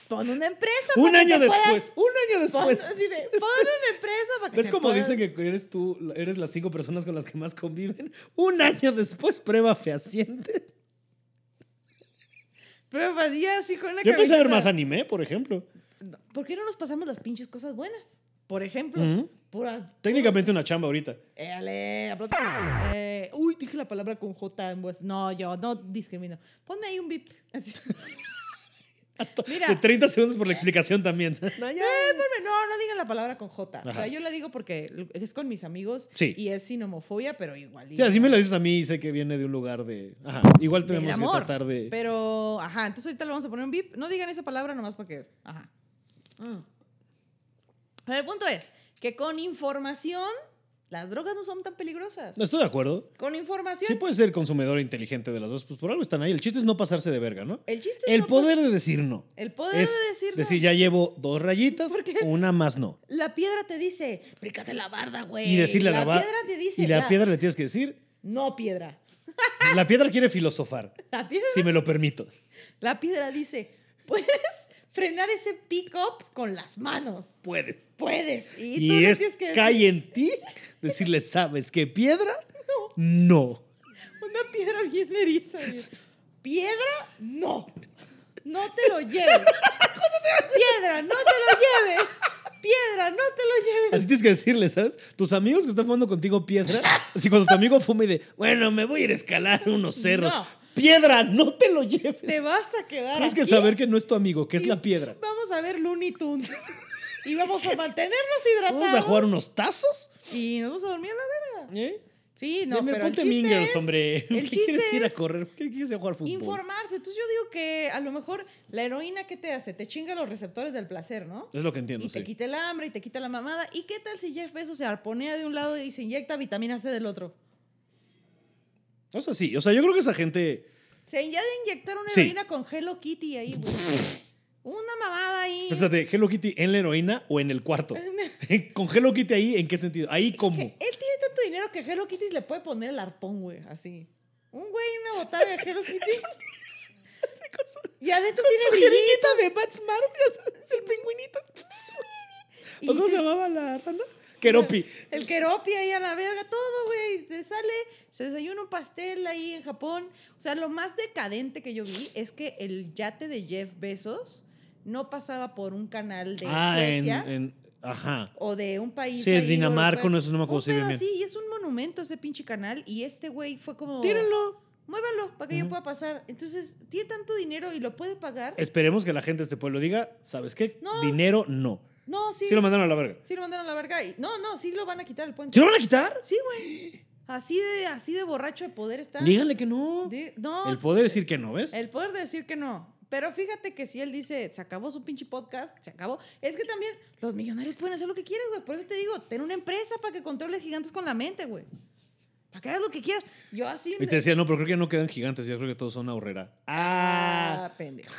S2: pon una empresa.
S1: Un
S2: para que
S1: año
S2: te puedas-
S1: después, un año
S2: Pon,
S1: después.
S2: así de, pon una empresa para que
S1: ¿Ves
S2: te
S1: como
S2: puedas-
S1: dicen que eres tú, eres las cinco personas con las que más conviven? Un año después, prueba fehaciente.
S2: Pero pasía así con la
S1: Yo empecé a ver más
S2: cabecita.
S1: anime, por ejemplo.
S2: ¿Por qué no nos pasamos las pinches cosas buenas? Por ejemplo,
S1: Ujú.
S2: pura...
S1: Técnicamente una chamba ahorita.
S2: Eh, ale, aplauso. Eh, uy, dije la palabra con J en voz. No, yo no discrimino. Ponme ahí un bip. Así. Mira,
S1: De 30 segundos por la explicación también. No, ya.
S2: Eh, ponme- no, no digan la palabra con J. O
S1: Ajá.
S2: sea, yo la digo porque es con mis amigos
S1: Sí.
S2: y es sin homofobia, pero igual.
S1: Sí, así me lo dices a mí y sé que viene de un lugar de. Ajá. Igual
S2: del
S1: tenemos que
S2: amor.
S1: tratar de.
S2: Pero, ajá, entonces ahorita le vamos a poner un bip. No digan esa palabra nomás para que. Ajá. Mm. Pero El punto es que con información, las drogas no son tan peligrosas.
S1: No estoy de acuerdo.
S2: Con información,
S1: Sí, puedes ser consumidor inteligente de las dos, pues por algo están ahí. El chiste es no pasarse de verga, ¿no?
S2: el chiste es
S1: El
S2: no- pues
S1: poder de decir no.
S2: El poder
S1: es
S2: de decir no.
S1: ya llevo dos rayitas,
S2: ¿Por qué?
S1: una más no.
S2: La piedra te dice, pícate la barda, güey.
S1: Y decirle a la, va-
S2: piedra te dice.
S1: Y la
S2: "Ya,
S1: piedra le tienes que decir.
S2: No, piedra.
S1: La piedra quiere filosofar,
S2: La piedra,
S1: si me lo permito.
S2: la piedra dice, puedes frenar ese pick-up con las manos.
S1: Puedes.
S2: Puedes. Y, tú
S1: Y
S2: le
S1: es
S2: tienes que decir,
S1: cae en ti decirle, ¿sabes qué piedra? No.
S2: Una piedra bien eriza. güey. Piedra, no. No te lo lleves. Piedra, no te lo lleves. Piedra, no te lo lleves.
S1: Así tienes que decirle, ¿sabes? Tus amigos que están fumando contigo piedra, así cuando tu amigo fuma y de, bueno, me voy a ir a escalar unos cerros.
S2: No.
S1: Piedra, no te lo lleves.
S2: Te vas a quedar
S1: Tienes que
S2: aquí.
S1: saber que no es tu amigo, que es la piedra.
S2: Vamos a ver Looney Tunes. Y vamos a mantenernos hidratados.
S1: Vamos a jugar unos tazos.
S2: Y nos vamos a dormir a la verga.
S1: ¿Eh?
S2: Sí, no,
S1: Deme,
S2: pero el
S1: ponte
S2: chiste
S1: Mingers,
S2: es
S1: hombre. ¿Por
S2: el
S1: ¿Qué quieres
S2: chiste
S1: ir a
S2: es
S1: correr? ¿Por ¿Qué quieres ir a jugar fútbol?
S2: informarse. Entonces yo digo que a lo mejor la heroína, ¿qué te hace? Te chinga los receptores del placer, ¿no?
S1: Es lo que entiendo,
S2: Y te
S1: sí.
S2: quita el hambre y te quita la mamada. ¿Y qué tal si Jeff Bezos se arponea de un lado y se inyecta vitamina C del otro?
S1: O sea, sí. O sea, yo creo que esa gente.
S2: Se ya de inyectar una
S1: Sí.
S2: heroína con Hello Kitty ahí, güey. Una mamada ahí.
S1: Espérate, ¿Hello Kitty en Pues la heroína o en el cuarto? ¿Con Hello Kitty ahí en qué sentido? ¿Ahí
S2: Que
S1: cómo?
S2: Él tiene tanto dinero que Hello Kitty le puede poner el arpón, güey, así. Un güey en una botana de Hello Kitty.
S1: con su,
S2: Y adentro
S1: con su
S2: tiene brillitos.
S1: jeringuita de Bats Marvel, ya sabes, el pingüinito.
S2: Y
S1: ¿O cómo se
S2: te-
S1: llamaba la rana? Keropi.
S2: El Keropi ahí a la verga, todo, güey. Te sale, se desayuna un pastel ahí en Japón. O sea, lo más decadente que yo vi es que el yate de Jeff Bezos no pasaba por un canal de Suecia
S1: ajá.
S2: o de un país.
S1: Ah, Sí,
S2: ahí
S1: Dinamarca,
S2: europeo.
S1: no, eso no me acuerdo
S2: Un
S1: si bien,
S2: pedo
S1: bien.
S2: así, y es un monumento ese pinche canal. Y este güey fue como.
S1: Tírenlo.
S2: Muévanlo para que yo
S1: Ujú.
S2: pueda pasar. Entonces, tiene tanto dinero y lo puede pagar.
S1: Esperemos que la gente de este pueblo diga, ¿sabes qué?
S2: No.
S1: Dinero no.
S2: No, sí.
S1: Sí. lo mandaron a la verga.
S2: sí lo mandaron a la verga. y- No, no, sí lo van a quitar el puente.
S1: ¿Sí lo van a quitar?
S2: Sí, güey. Así de, así de borracho de poder está.
S1: Díganle que no.
S2: Di- no,
S1: El poder decir que no, ¿ves?
S2: el poder de decir que no. Pero fíjate que si él dice, se acabó su pinche podcast, se acabó. Es que también los millonarios pueden hacer lo que quieran, güey. Por eso te digo, ten una empresa para que controles gigantes con la mente, güey. Para que hagas lo que quieras. Yo así...
S1: Y te decía, no, pero creo que no quedan gigantes, ya creo que todos son ahorrera. Ah.
S2: Ah, pendejo.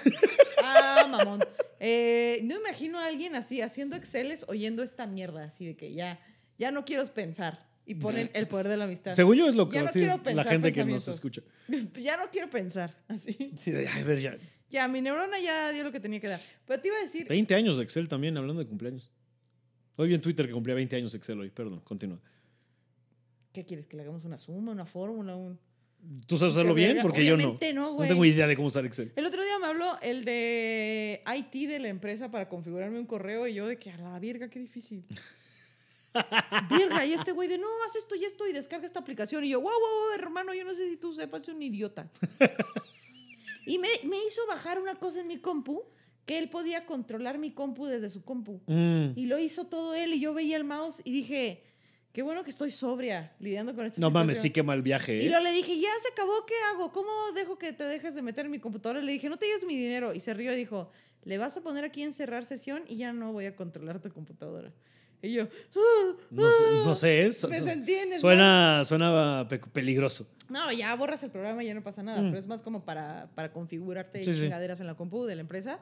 S2: Ah, mamón. Eh, no imagino a alguien así haciendo Exceles oyendo esta mierda, así de que ya, ya no quiero pensar. Y ponen el poder de la amistad.
S1: Según yo es lo que
S2: Ya no
S1: así es
S2: quiero
S1: la
S2: pensar
S1: gente que nos
S2: pensamientos.
S1: escucha.
S2: ya no quiero pensar, así.
S1: Sí, de, ay, a ver, ya.
S2: Ya, mi neurona ya dio lo que tenía que dar. Pero te iba a decir,
S1: 20 años de Excel también, hablando de cumpleaños. Hoy vi en Twitter que cumplía 20 años Excel hoy, perdón, continúa.
S2: ¿qué quieres? ¿Que le hagamos una suma, una fórmula? Un...
S1: ¿Tú sabes hacerlo Pues bien?
S2: verga,
S1: Porque yo no.
S2: obviamente no,
S1: No
S2: güey.
S1: tengo idea de cómo usar Excel.
S2: El otro día me habló el de IT de la empresa para configurarme un correo y yo de que a la virga, qué difícil. Virga, y este güey de no, haz esto y esto y descarga esta aplicación. Y yo, wow, wow, hermano, yo no sé si tú sepas, soy un idiota. y me, me hizo bajar una cosa en mi compu que él podía controlar mi compu desde su compu.
S1: Mm.
S2: Y lo hizo todo él y yo veía el mouse y dije, qué bueno que estoy sobria lidiando con este
S1: No mames, sí que mal viaje.
S2: y
S1: ¿eh?
S2: luego le dije, ya se acabó, ¿qué hago? ¿Cómo dejo que te dejes de meter en mi computadora? Le dije, no te lleves mi dinero. Y se rió y dijo, le vas a poner aquí en cerrar sesión y ya no voy a controlar tu computadora. Y yo, "Ah,
S1: No, sé-
S2: ah".
S1: no sé, es.
S2: Me sentí en Smash.
S1: Suena, suena pe- peligroso.
S2: No, ya borras el programa y ya no pasa nada,
S1: Mm.
S2: pero es más como para, para configurarte
S1: Sí, sí.
S2: chingaderas en la compu de la empresa.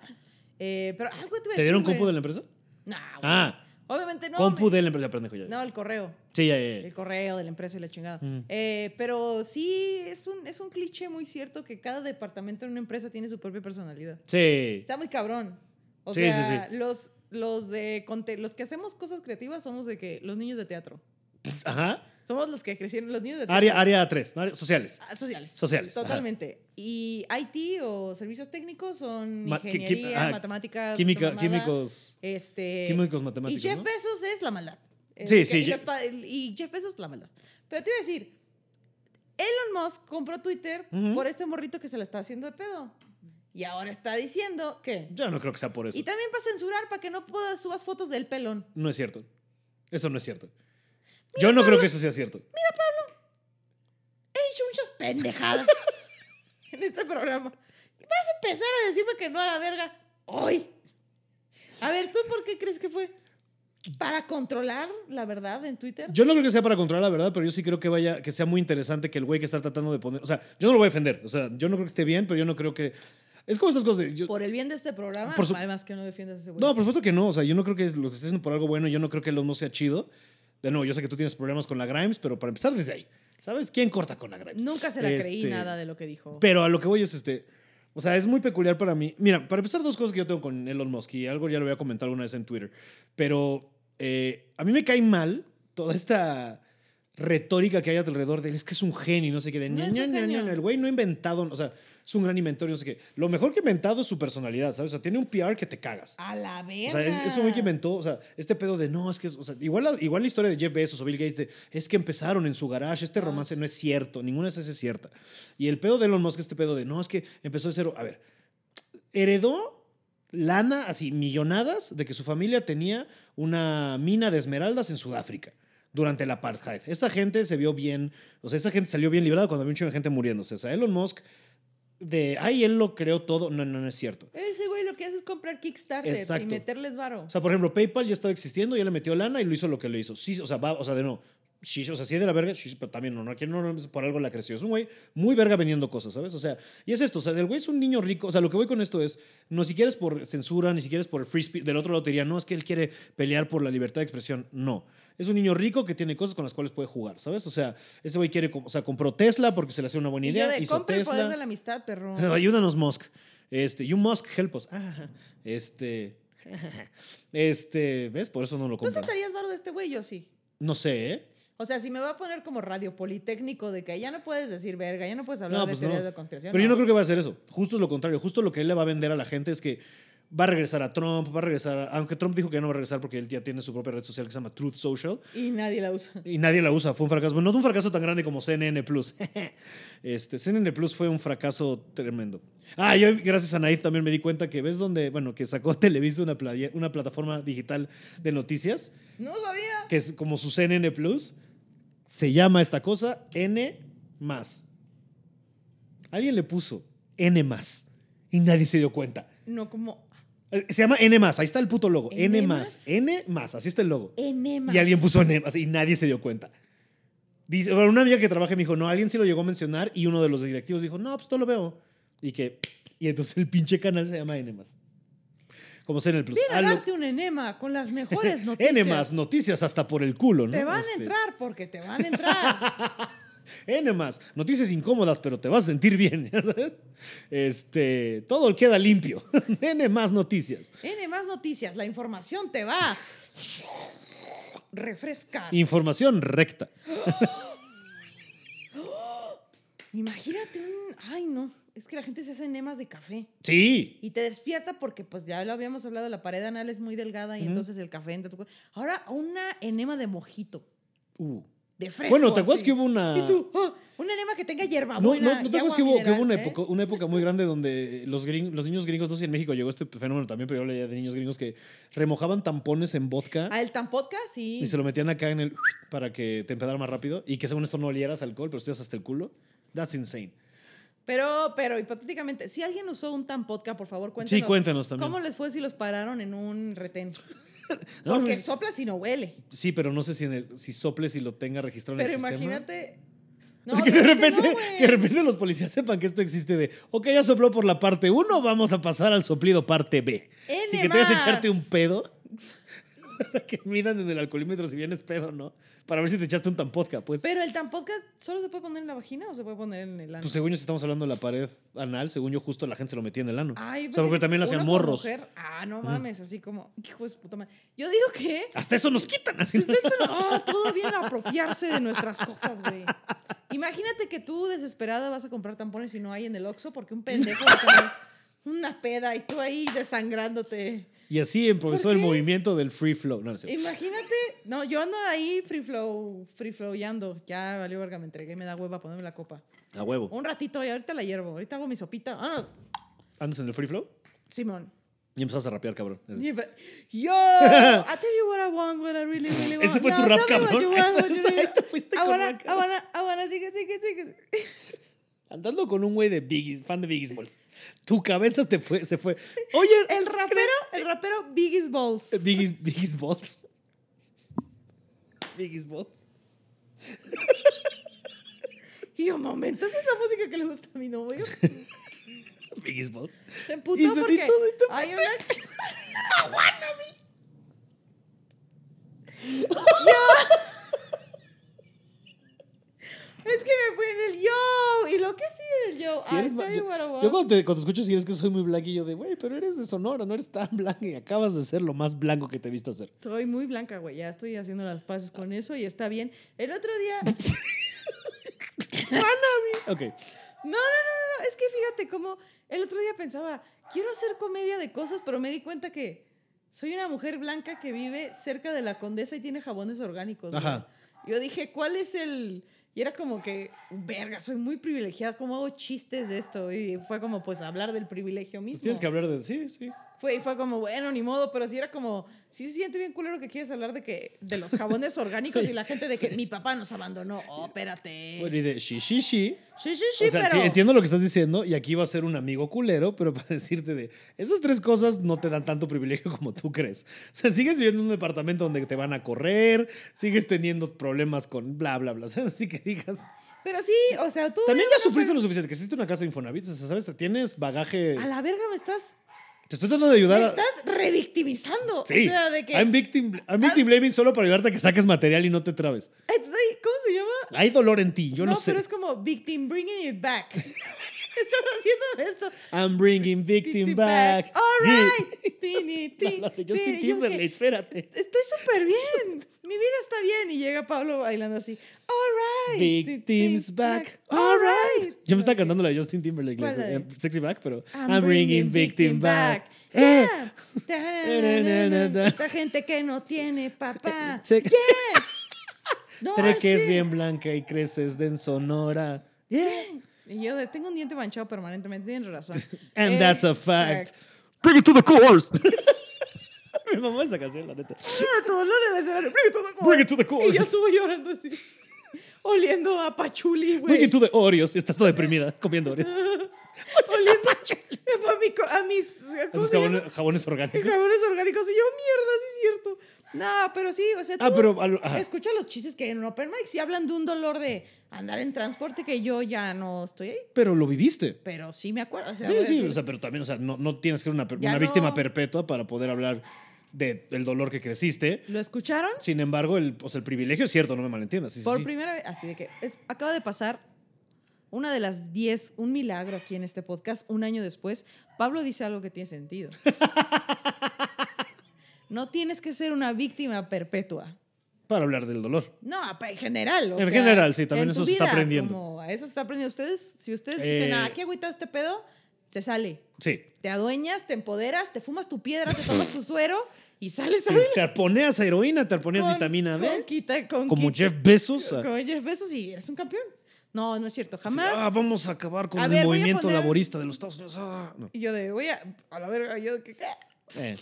S2: Eh, pero algo te iba a
S1: ¿Te dieron
S2: decir,
S1: compu
S2: güey.
S1: de la empresa?
S2: No,
S1: Ah,
S2: güey. obviamente no.
S1: compu
S2: me-
S1: de la empresa, pendejo ya.
S2: No, el correo.
S1: Sí, ya, ya, ya.
S2: El correo de la empresa y la chingada.
S1: Mm.
S2: Eh, pero sí, es un, es un cliché muy cierto que cada departamento en una empresa tiene su propia personalidad.
S1: Sí.
S2: Está muy cabrón. O
S1: Sí, sí,
S2: sea, los los de conte- los que hacemos cosas creativas somos de que los niños de teatro.
S1: Ajá.
S2: Somos los que crecieron los niños de teatro.
S1: Área, área 3, área- sociales.
S2: Ah, sociales.
S1: Sociales, ajá.
S2: Totalmente. Y IT o servicios técnicos son
S1: Ma- qui- qui-
S2: ingeniería,
S1: ajá.
S2: matemáticas,
S1: Química-
S2: otra Ah, mamada.
S1: químicos,
S2: Este
S1: químicos
S2: y
S1: matemáticos.
S2: Jeff
S1: ¿no?
S2: Bezos es la maldad. Es
S1: Sí,
S2: que-
S1: sí,
S2: Y,
S1: Je-
S2: los pa- y Jeff Bezos la maldad. Pero te iba a decir, Elon Musk compró Twitter
S1: Ujú.
S2: por este morrito que se la está haciendo de pedo. Y ahora está diciendo que...
S1: Yo no creo que sea por eso.
S2: Y también para censurar, para que no puedas subas fotos del pelón.
S1: No es cierto. Eso no es cierto. Yo no creo que eso sea cierto.
S2: He dicho muchas pendejadas en este programa. Y Vas a empezar a decirme que no a la verga hoy. A ver, ¿tú por qué crees que fue? ¿Para controlar la verdad en Twitter?
S1: Yo no creo que sea para controlar la verdad, pero yo sí creo que vaya, que sea muy interesante que el güey que está tratando de poner. O sea, yo no lo voy a defender. O sea, yo no creo que esté bien, pero yo no creo que. Es como estas cosas de. yo-
S2: por el bien de este programa,
S1: Por su-
S2: además que no defiendas a ese güey.
S1: No, por supuesto que no. O sea, yo no creo que lo que estés haciendo por algo bueno, yo no creo que lo no sea chido. De nuevo, yo sé que tú tienes problemas con la Grimes, pero para empezar desde ahí, ¿sabes quién corta con la Grimes?
S2: Nunca se la creí
S1: Este,
S2: nada de lo que dijo.
S1: Pero a lo que voy es este. O sea, es muy peculiar para mí. Mira, para empezar, dos cosas que yo tengo con Elon Musk y algo ya lo voy a comentar alguna vez en Twitter. Pero eh, a mí me cae mal toda esta retórica que hay alrededor de él. Es que es un genio, y no sé qué. De,
S2: No
S1: ña,
S2: es
S1: ña,
S2: un
S1: ña,
S2: genio.
S1: ña. El güey no ha inventado, o sea, es un gran inventor, y no sé qué. Lo mejor que ha inventado es su personalidad, ¿sabes? O sea, tiene un PR que te cagas.
S2: a la
S1: O
S2: verga.
S1: sea, es, es un güey que inventó, o sea, este pedo de no, es que, es- o sea, igual la, igual la historia de Jeff Bezos o Bill Gates de, es que empezaron en su garage, este
S2: Ah,
S1: romance
S2: sí.
S1: no es cierto, ninguna de esas es cierta. Y el pedo de Elon Musk, este pedo de no, es que empezó de cero. A ver, heredó lana, así, millonadas, de que su familia tenía una mina de esmeraldas en Sudáfrica durante la apartheid. Esa gente se vio bien, o sea, esa gente salió bien librada cuando había un chingo de gente muriéndose. O sea, Elon Musk, de, ay, él lo creó todo, no, no, no es cierto.
S2: Ese güey lo que hace es comprar Kickstarter
S1: Exacto.
S2: y meterles varo.
S1: O sea, por ejemplo, PayPal ya estaba existiendo, ya le metió lana y lo hizo lo que le hizo. Sí, o sea, va, o sea, de no. shish, o sea, sí de la verga, shish, pero también no, no, aquí no, no, por algo la creció. Es un güey muy verga vendiendo cosas, ¿sabes? O sea, y es esto, o sea, el güey es un niño rico. O sea, lo que voy con esto es, no siquiera es por censura, ni siquiera es por el free speech. Del otro lado te diría, no, es que él quiere pelear por la libertad de expresión. No. es un niño rico que tiene cosas con las cuales puede jugar, ¿sabes? O sea, ese güey quiere, com- o sea, compró Tesla porque se le hacía una buena
S2: Y yo
S1: idea,
S2: de,
S1: hizo
S2: compra el poder de
S1: Tesla.
S2: la amistad, perro.
S1: Ayúdanos, Musk. Este, you Musk, help us. Ah, este, este, ¿ves? Por eso no lo
S2: ¿Tú
S1: compro.
S2: aceptarías varo de este güey? Yo sí.
S1: No sé, ¿eh?
S2: O sea, si me va a poner como radio politécnico de que ya no puedes decir verga, ya no puedes hablar
S1: No,
S2: de
S1: pues
S2: teorías
S1: no.
S2: de conspiración.
S1: Pero yo no creo que va a hacer eso. Justo es lo contrario. Justo lo que él le va a vender a la gente es que va a regresar a Trump, va a regresar, a- aunque Trump dijo que ya no va a regresar porque él ya tiene su propia red social que se llama Truth Social
S2: Y nadie la usa.
S1: y nadie la usa. Fue un fracaso. Bueno, no un fracaso tan grande como CNN Plus. este, CNN Plus fue un fracaso tremendo. Ah, yo gracias a Naid también me di cuenta que ves donde, bueno, que sacó Televisa una, playa- una plataforma digital de noticias
S2: No sabía.
S1: que es como su CNN Plus, se llama esta cosa N más. Alguien le puso N más y nadie se dio cuenta.
S2: No como
S1: Eh, Se llama N más, ahí está el puto logo. N,
S2: ¿N+?
S1: más, N más, así está el logo.
S2: enema.
S1: Y alguien puso N más y nadie se dio cuenta. Dice, bueno, una amiga que trabaja me dijo, no, alguien se lo llegó a mencionar y uno de los directivos dijo, no, pues no lo veo. Y que, y entonces el pinche canal se llama N más. Como CNN Plus.
S2: Viene a
S1: Ah, lo-
S2: darte un enema con las mejores noticias.
S1: N más, noticias hasta por el culo, ¿no?
S2: Te van a
S1: Este-
S2: entrar porque te van a entrar.
S1: N más, noticias incómodas, pero te vas a sentir bien, ¿ya sabes? Este, todo queda limpio. N más noticias.
S2: N más noticias, la información te va a refrescar.
S1: Información recta.
S2: Imagínate un. Ay, no. Es que la gente se hace enemas de café.
S1: Sí.
S2: Y te despierta porque, pues ya lo habíamos hablado, la pared anal es muy delgada y
S1: Ujú.
S2: entonces el café entra. a tu cuerpo. Ahora, una enema de mojito,
S1: Uh.
S2: de fresco.
S1: Bueno, ¿te acuerdas
S2: así.
S1: que hubo una...
S2: Y tú, ah, un enema que tenga
S1: No, no,
S2: hierbabuena.
S1: ¿no
S2: y
S1: te acuerdas
S2: agua
S1: que hubo, que
S2: mineral,
S1: hubo una,
S2: ¿eh?
S1: época, una época muy grande donde los, gring- los niños gringos, no sé si en México llegó este fenómeno también, pero yo leía de niños gringos que remojaban tampones en vodka
S2: Ah, el tampodca, sí.
S1: y se lo metían acá en el... para que te empedara más rápido y que según esto no olieras alcohol, pero estuvieras hasta el culo. That's insane.
S2: Pero, pero hipotéticamente, si alguien usó un tampodca, por favor, cuéntanos.
S1: Sí, cuéntanos también.
S2: ¿Cómo les fue si los pararon en un retén?
S1: No,
S2: Porque
S1: pues-
S2: sopla si no huele.
S1: Sí, pero no sé si, en el, si soples y lo tenga registrado en
S2: Pero
S1: el sistema.
S2: imagínate.
S1: O
S2: No,
S1: sea, que, de
S2: obviamente no,
S1: repente,
S2: güey.
S1: que de repente los policías sepan que esto existe de, ok, ya sopló por la parte 1, vamos a pasar al soplido parte B.
S2: N
S1: y que te vas a
S2: más.
S1: echarte un pedo. para que midan en el alcoholímetro si vienes pedo o no. Para ver si te echaste un tampodca, pues.
S2: Pero el tampodca solo se puede poner en la vagina o se puede poner en el ano.
S1: Pues según yo, si estamos hablando de la pared anal, según yo, justo la gente se lo metía en el ano.
S2: Ay,
S1: o sea,
S2: pensé
S1: porque
S2: que
S1: también
S2: uno
S1: le hacían
S2: por
S1: morros.
S2: mujer. Ah, no mames, así como, hijo de su puta madre. Yo digo que
S1: Hasta eso nos quitan. Así, ¿no?
S2: pues, eso no- ah, todo viene a apropiarse de nuestras cosas, güey. Imagínate que tú desesperada vas a comprar tampones y no hay en el Oxxo porque un pendejo va a tener una peda y tú ahí desangrándote.
S1: Y así improvisó el
S2: qué?
S1: movimiento del free flow. No, no sé.
S2: Imagínate, no, yo ando ahí free flow, free flowando. Ya valió verga, me entregué, me da hueva ponerme la copa.
S1: A huevo.
S2: Un ratito y ahorita la hiervo, ahorita hago mi sopita. Vámonos,
S1: ¿Andas en el free flow?
S2: Simón.
S1: Y empezás a rapear, cabrón. Así.
S2: Yo, I tell you what I want, what I really, really want.
S1: Ese fue tu rap,
S2: tell me what
S1: cabrón.
S2: you want, what you
S1: Ahí
S2: really
S1: te fuiste
S2: want. I
S1: con
S2: wanna,
S1: la
S2: I
S1: cara.
S2: wanna, I wanna, sigue, sigue, sigue.
S1: Andando con un güey de Biggie, fan de Biggie Smalls. Tu cabeza te fue, se fue. Oye,
S2: El rapero, el rapero Biggie's Balls.
S1: Biggie, Biggie Smalls. Biggie Smalls.
S2: Y yo, momento, esa es la música que le gusta a mi novio.
S1: Biggie Smalls.
S2: Se
S1: Y
S2: emputó
S1: se- y
S2: porque
S1: todo, y te
S2: hay una... Yo... Es que me fui en el yo. ¿Y lo que sí en el yo?
S1: Si
S2: I
S1: eres ma-
S2: tell you
S1: yo,
S2: what I want.
S1: yo cuando te, cuando te escucho, si eres que soy muy blanco, y yo de, güey, pero eres de Sonora, no eres tan blanco y acabas de ser lo más blanco que te he visto hacer.
S2: Soy muy blanca, güey. Ya estoy haciendo las paces con eso y está bien. El otro día. No,
S1: Ok.
S2: no, no, no, no. Es que fíjate cómo. El otro día pensaba, quiero hacer comedia de cosas, pero me di cuenta que soy una mujer blanca que vive cerca de la condesa y tiene jabones orgánicos. güey.
S1: Ajá.
S2: Yo dije, ¿cuál es el.? Y era como que, verga, soy muy privilegiada. ¿Cómo hago chistes de esto? Y fue como, pues, hablar del privilegio mismo.
S1: Pues tienes que hablar de. Sí, sí.
S2: Fue, y fue como, bueno, ni modo, pero sí era como, sí se siente bien culero que quieres hablar de que de los jabones orgánicos y la gente de que mi papá nos abandonó. Oh, espérate.
S1: Bueno, y de sí, sí, sí.
S2: sí, sí, sí,
S1: o sea,
S2: pero.
S1: sí, entiendo lo que estás diciendo y aquí va a ser un amigo culero, pero para decirte de esas tres cosas no te dan tanto privilegio como tú crees. O sea, sigues viviendo en un departamento donde te van a correr, sigues teniendo problemas con bla, bla, bla. O sea, así que digas.
S2: Pero sí, o sea, tú.
S1: También ya
S2: bueno,
S1: sufriste lo suficiente, que existe una casa de Infonavit, o sea, ¿sabes? Tienes bagaje.
S2: A la verga me estás
S1: Te estoy tratando de ayudar
S2: Me
S1: a.
S2: estás revictimizando.
S1: Sí.
S2: O sea, de que.
S1: I'm victim, I'm victim blaming solo para ayudarte a que saques material y no te trabes.
S2: Estoy- ¿Cómo se llama?
S1: Hay dolor en ti, yo
S2: no,
S1: lo sé.
S2: pero es como victim, bringing it back. estás haciendo esto.
S1: I'm bringing victim,
S2: Victim
S1: back.
S2: All
S1: Yeah.
S2: right. Tini, ti,
S1: La de
S2: ti. Yo
S1: Justin
S2: de
S1: Timberlake,
S2: que,
S1: espérate.
S2: Estoy súper bien. Mi vida está bien. Y llega Pablo bailando así. All right.
S1: Victims
S2: ti,
S1: back.
S2: All right.
S1: Yo me estaba cantando la de Justin Timberlake, la
S2: ¿Cuál la
S1: de- eh,
S2: de?
S1: Sexy Back, pero I'm, bringing victim back. Eh.
S2: Yeah. Tarararara. Esta gente que no tiene papá.
S1: Se-
S2: Yeah. No,
S1: Tres
S2: es
S1: que es
S2: que-
S1: bien blanca y creces de en Sonora. Yeah.
S2: Y yo de, tengo un diente manchado permanentemente, tienes razón.
S1: And
S2: Eh,
S1: that's a fact. Bring it to the course. Mi mamá esa canción, la neta.
S2: Ah, tu dolor en el escenario. Bring it to the core.
S1: Bring it to the
S2: Y yo
S1: chorus.
S2: subo llorando así. Oliendo a pachuli, güey.
S1: Bring it to the Oreos. Estás toda deprimida comiendo Oreos.
S2: Oliendo a pachuli. A, mi co- a mis...
S1: A
S2: ¿cómo
S1: tus
S2: se llama?
S1: jabones, jabones orgánicos.
S2: Jabones orgánicos. Y yo, mierda, sí es cierto. No, pero sí, o sea,
S1: Ah,
S2: tú
S1: pero a lo- ajá.
S2: escucha los chistes que hay en Open Mic. Si hablan de un dolor de andar en transporte que yo ya no estoy ahí.
S1: Pero lo viviste.
S2: Pero sí me acuerdo. O sea, voy
S1: Sí,
S2: a
S1: sí,
S2: decir,
S1: o sea, pero también, o sea, no, no tienes que ser una, per-
S2: Ya
S1: una víctima
S2: no.
S1: perpetua para poder hablar de- del dolor que creciste.
S2: ¿Lo escucharon?
S1: Sin embargo, el, o sea, el privilegio es cierto, no me malentiendas. Sí, sí,
S2: Por
S1: sí.
S2: primera vez, así de que es- acaba de pasar una de las 10, un milagro aquí en este podcast, un año después, Pablo dice algo que tiene sentido. No tienes que ser una víctima perpetua.
S1: Para hablar del dolor.
S2: No, pa- en general. o
S1: En
S2: sea,
S1: general, sí, también
S2: en tu
S1: eso se está
S2: vida,
S1: aprendiendo.
S2: como a eso se está aprendiendo. Ustedes, si ustedes dicen,
S1: Eh.
S2: ah, qué agüitado este pedo, se sale.
S1: Sí.
S2: Te adueñas, te empoderas, te fumas tu piedra, te tomas tu suero y sales a
S1: Te arponeas a heroína, te arponeas vitamina
S2: Con,
S1: D.
S2: quita- con
S1: como
S2: quita-
S1: Jeff Bezos. a-
S2: Como Jeff Bezos y eres un campeón. No, no es cierto, jamás.
S1: Ah, vamos a acabar con
S2: A
S1: el
S2: ver, voy a
S1: movimiento
S2: poner-
S1: laborista de los Estados Unidos. Ah, no.
S2: Y yo de, voy a, a la verga, yo de que, ¿qué?
S1: Eh,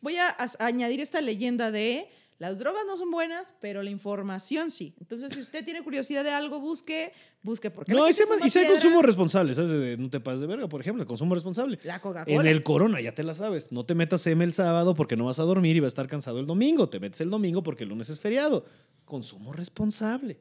S2: Voy a, as- añadir esta leyenda de, las drogas no son buenas, pero la información sí. Entonces, si usted tiene curiosidad de algo, busque, busque. Porque
S1: No,
S2: la
S1: y
S2: gente
S1: se,
S2: fuma
S1: y se hay
S2: piedra,
S1: consumo responsable, ¿sabes? De no te pases de verga, por ejemplo, el consumo responsable.
S2: La Coca-Cola.
S1: En el corona, ya te la sabes. No te metas M el sábado porque no vas a dormir y va a estar cansado el domingo. Te metes el domingo porque el lunes es feriado. Consumo responsable.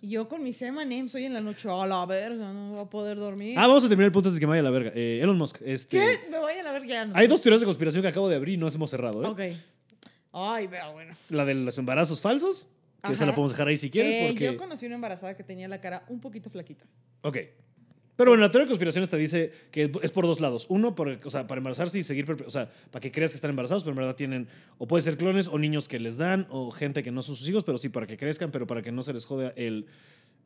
S2: Y yo con mis M&M's hoy en la noche, a la verga, no voy a poder dormir.
S1: Ah, vamos a terminar el punto antes de que me vaya a la verga. Eh, Elon Musk, este.
S2: ¿Qué? Me voy a la verga ya no.
S1: Hay dos teorías de conspiración que acabo de abrir y no hemos cerrado, ¿eh?
S2: Ok. Ay, vea, bueno.
S1: La de los embarazos falsos, que esa
S2: Ajá.
S1: la podemos dejar ahí si quieres,
S2: Eh,
S1: porque.
S2: Yo conocí una embarazada que tenía la cara un poquito flaquita.
S1: Ok. Pero bueno, la teoría de conspiración esta dice que es por dos lados. Uno, por- o sea, para embarazarse y seguir, perpe- o sea, para que creas que están embarazados, pero en verdad tienen, o puede ser clones, o niños que les dan, o gente que no son sus hijos, pero sí para que crezcan, pero para que no se les joda el,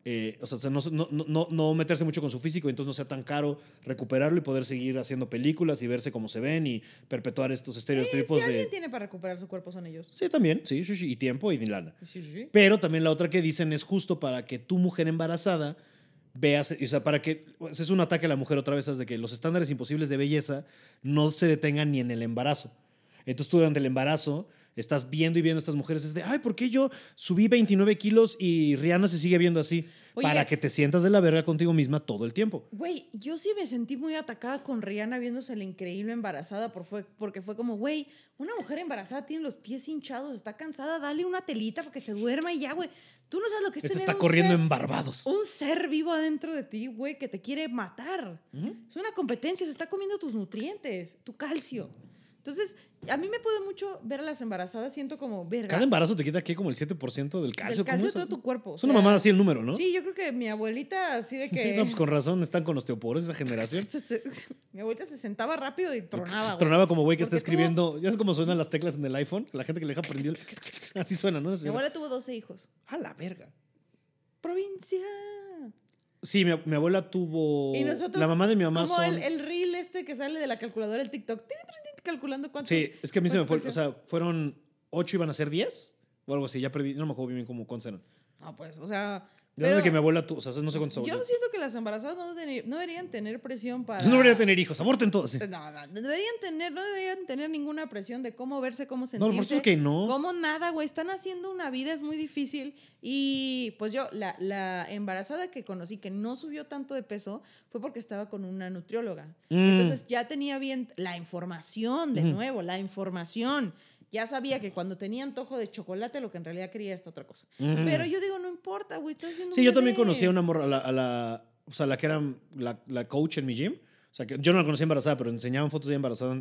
S1: eh, o sea, se- no, no- no- no meterse mucho con su físico, y entonces no sea tan caro recuperarlo y poder seguir haciendo películas y verse como se ven y perpetuar estos
S2: Sí,
S1: estereotipos
S2: si
S1: de...
S2: alguien tiene para recuperar su cuerpo son ellos.
S1: Sí, también, sí, sí, sí, y tiempo y lana.
S2: Sí, sí, sí.
S1: Pero también la otra que dicen es justo para que tu mujer embarazada veas, o sea, para que pues, es un ataque a la mujer otra vez, ¿sabes? de que los estándares imposibles de belleza no se detengan ni en el embarazo. Entonces tú durante el embarazo estás viendo y viendo a estas mujeres, es de, ay, ¿por qué yo subí 29 kilos y Rihanna se sigue viendo así?
S2: Oye.
S1: Para que te sientas de la verga contigo misma todo el tiempo.
S2: Güey, yo sí me sentí muy atacada con Rihanna viéndose la increíble embarazada por fue, porque fue como, güey, una mujer embarazada tiene los pies hinchados, está cansada, dale una telita para que se duerma y ya, güey. Tú no sabes lo que es
S1: Esta
S2: tener
S1: Este está
S2: un
S1: corriendo
S2: ser-
S1: en barbados.
S2: un ser vivo adentro de ti, güey, que te quiere matar. Es una competencia, se está comiendo tus nutrientes, tu calcio. Entonces, a mí me puede mucho ver a las embarazadas, siento como, verga.
S1: Cada embarazo te quita aquí como el 7% del
S2: del
S1: calcio. ¿cómo
S2: calcio de
S1: es?
S2: todo tu cuerpo. o
S1: Es una
S2: sea,
S1: mamada así el número, ¿no?
S2: Sí, yo creo que mi abuelita así de que...
S1: Sí, no, pues con razón están con osteoporosis esa generación.
S2: Mi abuelita se sentaba rápido y tronaba. Ah, güey.
S1: Tronaba como güey que está
S2: Porque tuvo-
S1: escribiendo. Ya es como suenan las teclas en el iPhone. La gente que le deja prendido. el- Así suena, ¿no?
S2: Mi abuela tuvo 12 hijos.
S1: A la verga.
S2: Provincia.
S1: Sí, mi, mi abuela tuvo.
S2: Y nosotros.
S1: la mamá de mi mamá
S2: Como
S1: son.
S2: el, el reel este que sale de la calculadora, el TikTok. tin, tin, tin, Calculando cuánto.
S1: Sí, es que a mí se me fue.
S2: ¿cuánto
S1: O sea, fueron ocho, iban a ser 10 o algo así. Ya perdí. No me acuerdo bien cómo cuántos eran.
S2: No, pues, o sea.
S1: La verdad
S2: pero
S1: es que mi abuela tuvo. O sea, no sé cuántos
S2: yo
S1: abuelos.
S2: siento que las embarazadas no, deni- no deberían tener presión para.
S1: No debería tener hijos. Aborten todos. sí.
S2: No, no, no deberían tener, no deberían tener ninguna presión de cómo verse, cómo
S1: No,
S2: sentirse.
S1: por supuesto que no.
S2: Cómo nada, güey. Están haciendo una vida, es muy difícil. Y pues yo, la, la embarazada que conocí que no subió tanto de peso fue porque estaba con una nutrióloga.
S1: Mm.
S2: Entonces ya tenía bien la información, de
S1: Ujú.
S2: nuevo, la información. Ya sabía que cuando tenía antojo de chocolate, lo que en realidad quería esta otra cosa.
S1: Mm.
S2: Pero yo digo, no importa, güey, estás haciendo
S1: Sí,
S2: un
S1: yo también
S2: bebé.
S1: conocí a una morra, a la, a la- o sea, la que era la, la coach en mi gym, o sea, que yo no la conocía embarazada, pero enseñaban fotos de ella embarazada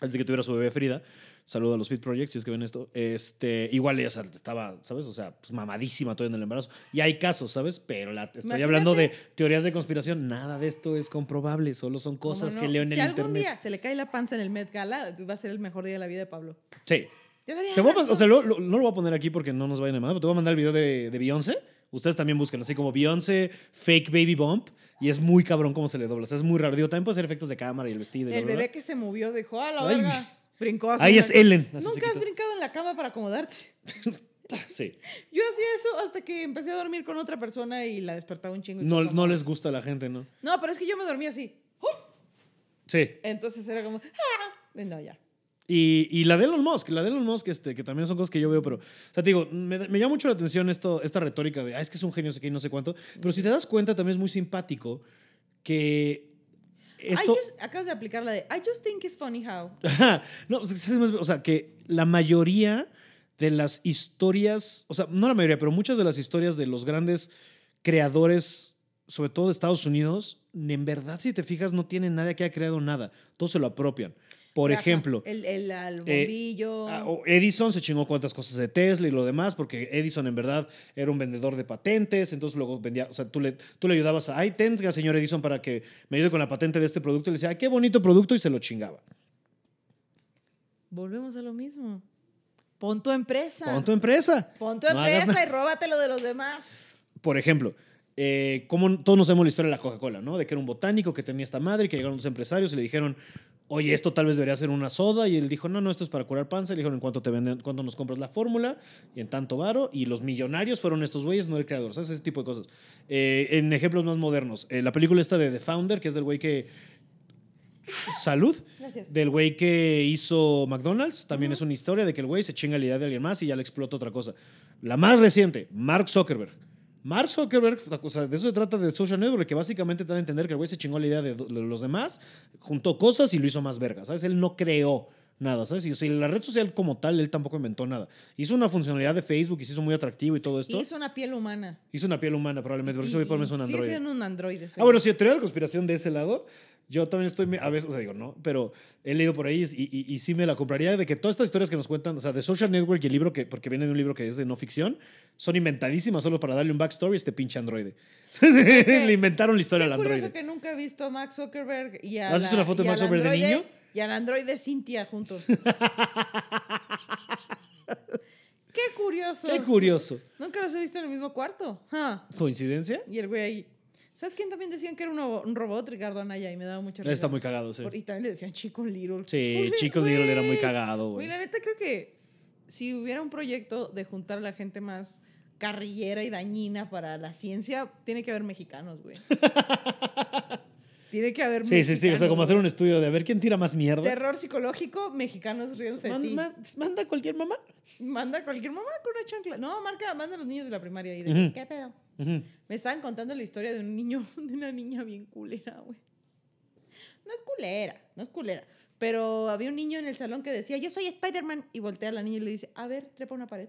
S1: antes de que tuviera su bebé Frida. Saludo a los Fit Projects, si es que ven esto. Este, igual ella o sea, estaba, ¿sabes? O sea, pues, mamadísima todavía en el embarazo. Y hay casos, ¿sabes? Pero la, estoy
S2: Imagínate.
S1: hablando de teorías de conspiración. Nada de esto es comprobable, solo son cosas
S2: ¿Cómo
S1: que
S2: no?
S1: leo en
S2: si
S1: el
S2: algún
S1: internet.
S2: día se le cae la panza en el Met Gala, va a ser el mejor día de la vida de Pablo.
S1: Sí.
S2: Te daría
S1: Te voy a
S2: razón.
S1: mandar- o sea, lo- lo- no lo voy a poner aquí porque no nos vayan a mandar, pero te voy a mandar el video de, de Beyoncé. Ustedes también buscan, así como Beyoncé fake baby bump. Y es muy cabrón cómo se le dobla. O sea, es muy raro. Digo, también puede ser efectos de cámara y el vestido. y
S2: el
S1: bla, bla, bla.
S2: bebé que se movió dijo, a la
S1: Ay.
S2: verga. Brincó así.
S1: Ahí
S2: en
S1: es
S2: la-
S1: Ellen. así se
S2: Nunca has
S1: quitó.
S2: brincado en la cama para acomodarte.
S1: Sí.
S2: Yo hacía eso hasta que empecé a dormir con otra persona y la despertaba un chingo. y
S1: No,
S2: fue como-
S1: no les gusta a la gente, ¿no?
S2: No, pero es que yo me dormía así. ¡Oh!
S1: Sí.
S2: Entonces era como, ¡ah! No, ya.
S1: Y, y la de Elon Musk, la de Elon Musk, este, que también son cosas que yo veo, pero, o sea, te digo, me, me llama mucho la atención esto, esta retórica de, ah, es que es un genio, sé qué, y no sé cuánto, pero si te das cuenta, también es muy simpático que
S2: I
S1: esto...
S2: just- acabas de aplicar la de, I just think it's funny how.
S1: Ajá. no, pues, es más- o sea, que la mayoría de las historias, o sea, no la mayoría, pero muchas de las historias de los grandes creadores, sobre todo de Estados Unidos, en verdad, si te fijas, no tienen nadie que haya creado nada, todos se lo apropian. Por
S2: Ajá,
S1: ejemplo...
S2: El, el, al
S1: eh,
S2: bombillo.
S1: Ah, o Edison se chingó cuantas cosas de Tesla y lo demás, porque Edison en verdad era un vendedor de patentes, entonces luego vendía, o sea, tú le, tú le ayudabas a, ay, tenga, señor Edison, para que me ayude con la patente de este producto, y le decía, ay, qué bonito producto, y se lo chingaba.
S2: Volvemos a lo mismo. Pon tu empresa.
S1: Pon tu empresa.
S2: Pon tu
S1: No hagas
S2: empresa y róbatelo de los demás.
S1: Por ejemplo, eh, como todos nos sabemos la historia de la Coca-Cola, ¿no? De que era un botánico que tenía esta madre, y que llegaron los empresarios y le dijeron, oye, esto tal vez debería ser una soda. Y él dijo, no, no, esto es para curar panza. Y le dijeron, ¿en cuánto te venden, cuánto nos compras la fórmula? Y en tanto varo. Y los millonarios fueron estos güeyes, no el creador, ¿sabes? Ese tipo de cosas. Eh, en ejemplos más modernos, eh, la película esta de The Founder, que es del güey que... Salud.
S2: Gracias.
S1: Del güey que hizo McDonald's, también es una historia de que el güey se chinga la idea de alguien más y ya le explota otra cosa. La más reciente, Mark Zuckerberg. Mark Zuckerberg, o sea, de eso se trata de Social Network, que básicamente te da a entender que el güey se chingó la idea de do- de los demás, juntó cosas y lo hizo más verga, ¿sabes? Él no creó nada, ¿sabes? Y o sea, la red social como tal, él tampoco inventó nada. Hizo una funcionalidad de Facebook y se hizo muy atractivo y todo esto.
S2: Y
S1: Hizo,
S2: hizo una piel humana.
S1: una piel humana probablemente, porque ese güey probablemente es un androide.
S2: Sí, un androide.
S1: Ah, bueno, si teoría de la conspiración de ese lado, yo también estoy, a veces, o sea, digo, no, pero he leído por ahí y, y- y sí me la compraría de que todas estas historias que nos cuentan, o sea, de Social Network y el libro que, porque viene de un libro que es de no ficción, son inventadísimas solo para darle un backstory a este pinche androide. Le inventaron la historia
S2: Qué
S1: al androide.
S2: curioso que nunca he visto a Max Zuckerberg y a
S1: ¿Has visto
S2: la-
S1: una foto de
S2: y
S1: Max
S2: al
S1: Zuckerberg de
S2: androide-
S1: niño?
S2: Y al androide Cintia juntos. Qué curioso.
S1: Qué curioso.
S2: Nunca los he visto en el mismo cuarto. Huh.
S1: ¿Coincidencia?
S2: Y el güey ahí. ¿Sabes quién también decían que era un, un robot? Ricardo Anaya y me daba mucha risa.
S1: Está muy cagado, sí.
S2: Por- Y también le decían Chico Little.
S1: Sí,
S2: Oye,
S1: Chico
S2: güey.
S1: Little era muy cagado,
S2: Güey,
S1: güey.
S2: la neta creo que si hubiera un proyecto de juntar a la gente más carrillera y dañina para la ciencia, tiene que haber mexicanos, güey. tiene que haber
S1: Sí, sí, sí, o sea, como hacer un estudio de a ver quién tira más mierda.
S2: Terror psicológico, mexicanos riéndose de
S1: Man-
S2: ti.
S1: man- manda cualquier mamá.
S2: Manda a cualquier mamá con una chancla. No, marca, manda a los niños de la primaria y de
S1: Ujú.
S2: ¿qué pedo?
S1: Ujú.
S2: Me estaban contando la historia de un niño, de una niña bien culera, güey. No es culera, no es culera. Pero había un niño en el salón que decía, yo soy Spider-Man. Y voltea a la niña y le dice, a ver, trepa una pared.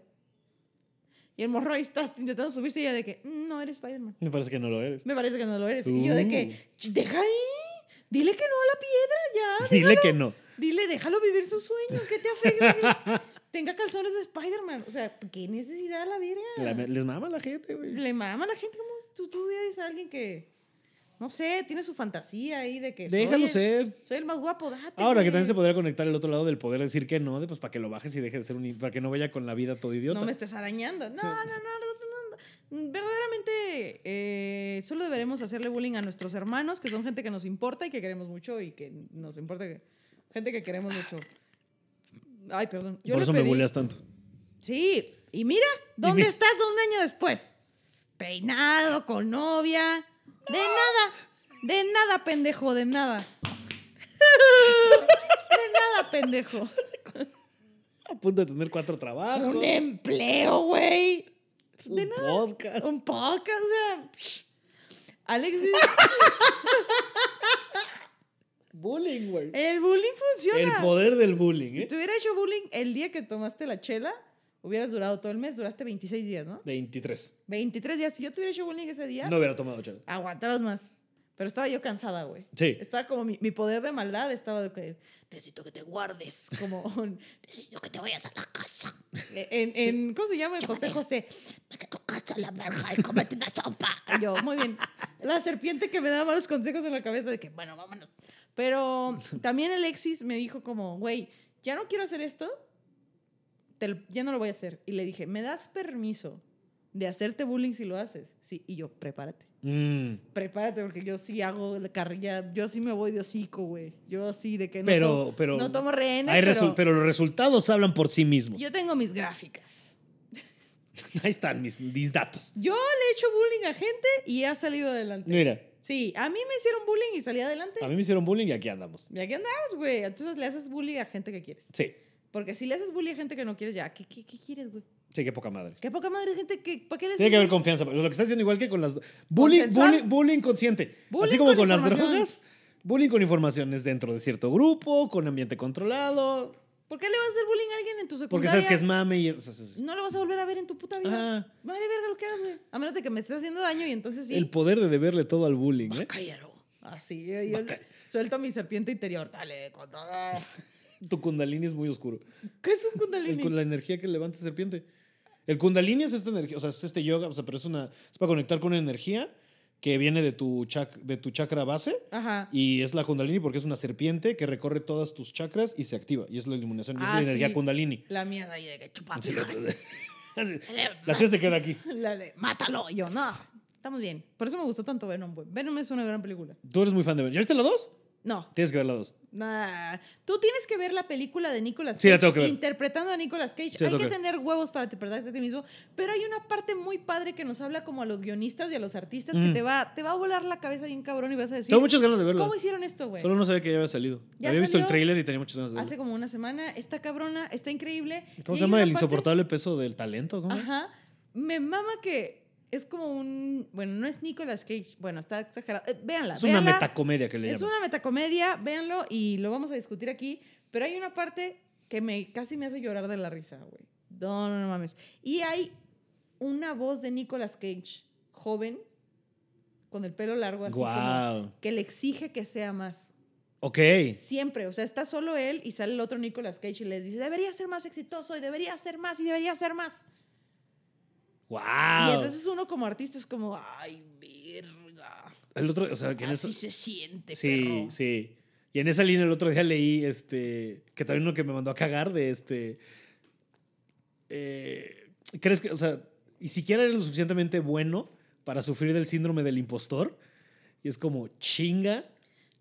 S2: Y el morro ahí está intentando subirse y ella de que, "Mm, no eres Spider-Man.
S1: Me parece que no lo eres.
S2: Me parece que no lo eres. Y yo de que, "Ch, deja ahí. Dile que no a la piedra ya.
S1: Dile que no.
S2: Dile, déjalo vivir su sueño. ¿Qué te afecta? que Tenga calzones de Spider-Man. O sea, ¿qué necesidad la verga?
S1: La- les mama la gente, güey.
S2: Le mama a la gente como tú, tú eres alguien que, no sé, tiene su fantasía ahí de que... soy
S1: Déjalo
S2: el-
S1: ser.
S2: Soy el más guapo, date.
S1: Ahora que también se
S2: güey.
S1: podría conectar el otro lado del poder decir que no, de, pues para que lo bajes y deje de ser un i- para que no vaya con la vida todo idiota.
S2: No me estés arañando. No, no, no, no, no, no. Verdaderamente, eh, solo deberemos hacerle bullying a nuestros hermanos, que son gente que nos importa y que queremos mucho y que nos importa. que- gente que queremos mucho. Ay, perdón. Yo
S1: Por
S2: le
S1: eso me
S2: pedí-
S1: bulleas tanto.
S2: Sí, y mira, ¿dónde
S1: mi-
S2: estás de un año después? Peinado, con novia. De nada, de nada, pendejo, de nada. De nada, pendejo.
S1: A punto de tener cuatro trabajos,
S2: Un
S1: un,
S2: empleo, güey. De nada.
S1: podcast.
S2: Un podcast, o sea. psh. Alex,
S1: Bullying,
S2: Eh,
S1: güey.
S2: el bullying funciona.
S1: El poder del bullying,
S2: Si
S1: ¿eh?
S2: te hubiera hecho bullying el día que tomaste la chela, hubieras durado todo el mes, duraste 26 días, ¿no?
S1: 23.
S2: 23 días. Si yo tuviera hecho bullying ese día,
S1: No hubiera tomado chela.
S2: aguantabas más. Pero estaba yo cansada, güey.
S1: Sí.
S2: Estaba como mi, mi poder de maldad, estaba de que,
S3: Necesito que te guardes.
S2: como
S3: Necesito que te vayas a la casa.
S2: en, en- ¿cómo se llama? En José José.
S3: Vete a tu casa a la verga y cómete una sopa.
S2: Y yo, muy bien. La serpiente que me da malos consejos en la cabeza de que, bueno, vámonos. Pero también Alexis me dijo como, güey, ya no quiero hacer esto, te lo- ya no lo voy a hacer. Y le dije, ¿me das permiso de hacerte bullying si lo haces? Sí, y yo, prepárate.
S1: Mm,
S2: Prepárate porque yo sí hago la carrilla, yo sí me voy de hocico, güey. Yo sí de que no,
S1: Pero-
S2: tomo,
S1: pero-
S2: no tomo rehenes,
S1: hay
S2: pero
S1: resu- pero... los resultados hablan por sí mismos.
S2: yo tengo mis gráficas.
S1: Ahí están mis, mis datos.
S2: Yo le he hecho bullying a gente y ha salido adelante.
S1: Mira,
S2: Sí, a mí me hicieron bullying y salí adelante.
S1: a mí me hicieron bullying y aquí andamos.
S2: Y aquí andamos, güey. Entonces le haces bullying a gente que quieres.
S1: Sí,
S2: Porque si le haces bullying a gente que no quieres, ya, ¿qué, qué, qué quieres, güey?
S1: sí, qué poca madre.
S2: Qué poca madre de gente que. ¿Para qué le
S1: Tiene que
S2: haces
S1: haber confianza. Lo que está haciendo igual que con las... Bullying,
S2: Consensual.
S1: bullying, bullying consciente.
S2: Bullying
S1: Así como
S2: con
S1: con, las
S2: información.
S1: drogas. Bullying con información es dentro de cierto grupo, con ambiente controlado.
S2: bullying? ¿Por qué le vas a hacer bullying a alguien en tu secundaria?
S1: Porque sabes que es mame y... es- es- es-
S2: No lo vas a volver a ver en tu puta vida.
S1: Ajá.
S2: Madre verga lo que hagas, güey. A menos de que me estés haciendo daño y entonces sí.
S1: El poder de deberle todo al bullying, ¿eh?
S3: Bacallero.
S2: Así, yo, yo
S1: Vaca-
S2: suelto mi serpiente interior. Dale, con todo.
S1: Tu kundalini es muy oscuro.
S2: ¿Qué es un
S1: El
S2: kundalini?
S1: kun- la energía que levanta serpiente. El kundalini es esta energía, o sea, es este yoga, o sea, pero es una es para conectar con una energía que viene de tu chak- de tu chakra base
S2: Ajá.
S1: y es la kundalini porque es una serpiente que recorre todas tus chakras y se activa y es la iluminación, y es
S2: Ah,
S1: la
S2: sí.
S1: energía kundalini.
S2: La mierda ahí de que chupa
S1: Sí,
S2: pijas.
S1: La gente te queda aquí.
S2: La de mátalo. Yo, no. Estamos bien. Por eso me gustó tanto Venom, güey. Venom es una gran película.
S1: Tú eres muy fan de Venom. ¿Ya viste la 2?
S2: No,
S1: Tienes que ver la 2.
S2: Nah, Tú tienes que ver la película de Nicolas Cage
S1: Sí, la tengo que ver.
S2: interpretando a Nicolas Cage. hay
S1: la tengo
S2: que
S1: que ver.
S2: tener huevos para interpretarte a ti mismo, pero hay una parte muy padre que nos habla como a los guionistas y a los artistas que
S1: Mm.
S2: te va, te va a volar la cabeza bien cabrón y vas a decir,
S1: Tengo muchas ganas de verla.
S2: ¿cómo hicieron esto, güey?
S1: Solo no sabía que ya había salido.
S2: Ya
S1: había visto el
S2: salió
S1: tráiler y tenía muchas ganas de verla.
S2: Hace como una semana, está cabrona, está increíble.
S1: ¿Cómo
S2: Y
S1: se
S2: hay
S1: llama?
S2: una
S1: El
S2: parte-
S1: insoportable peso del talento. ¿cómo?
S2: Ajá. Me mama que es como un, bueno, no es Nicolas Cage, bueno, está exagerado. Eh, véanla,
S1: Es una
S2: véanla.
S1: metacomedia que le
S2: Es
S1: llaman.
S2: una metacomedia, véanlo y lo vamos a discutir aquí. Pero hay una parte que me, casi me hace llorar de la risa, güey. No, no, no mames. Y hay una voz de Nicolas Cage, joven, con el pelo largo así, como,
S1: Guau.
S2: que le exige que sea más.
S1: Ok.
S2: Siempre, o sea, está solo él y sale el otro Nicolas Cage y les dice, debería ser más exitoso y debería ser más y debería ser más.
S1: Wow.
S2: Y entonces uno como artista es como, "Ah, ay, verga.
S1: El otro, o sea, que en
S2: Así
S1: esa-
S2: se siente,
S1: sí,
S2: este perro.
S1: sí. Y en esa línea el otro día leí este que también uno que me mandó a cagar de este eh, crees que, o sea, y siquiera eres lo suficientemente bueno para sufrir del síndrome del impostor y es como chinga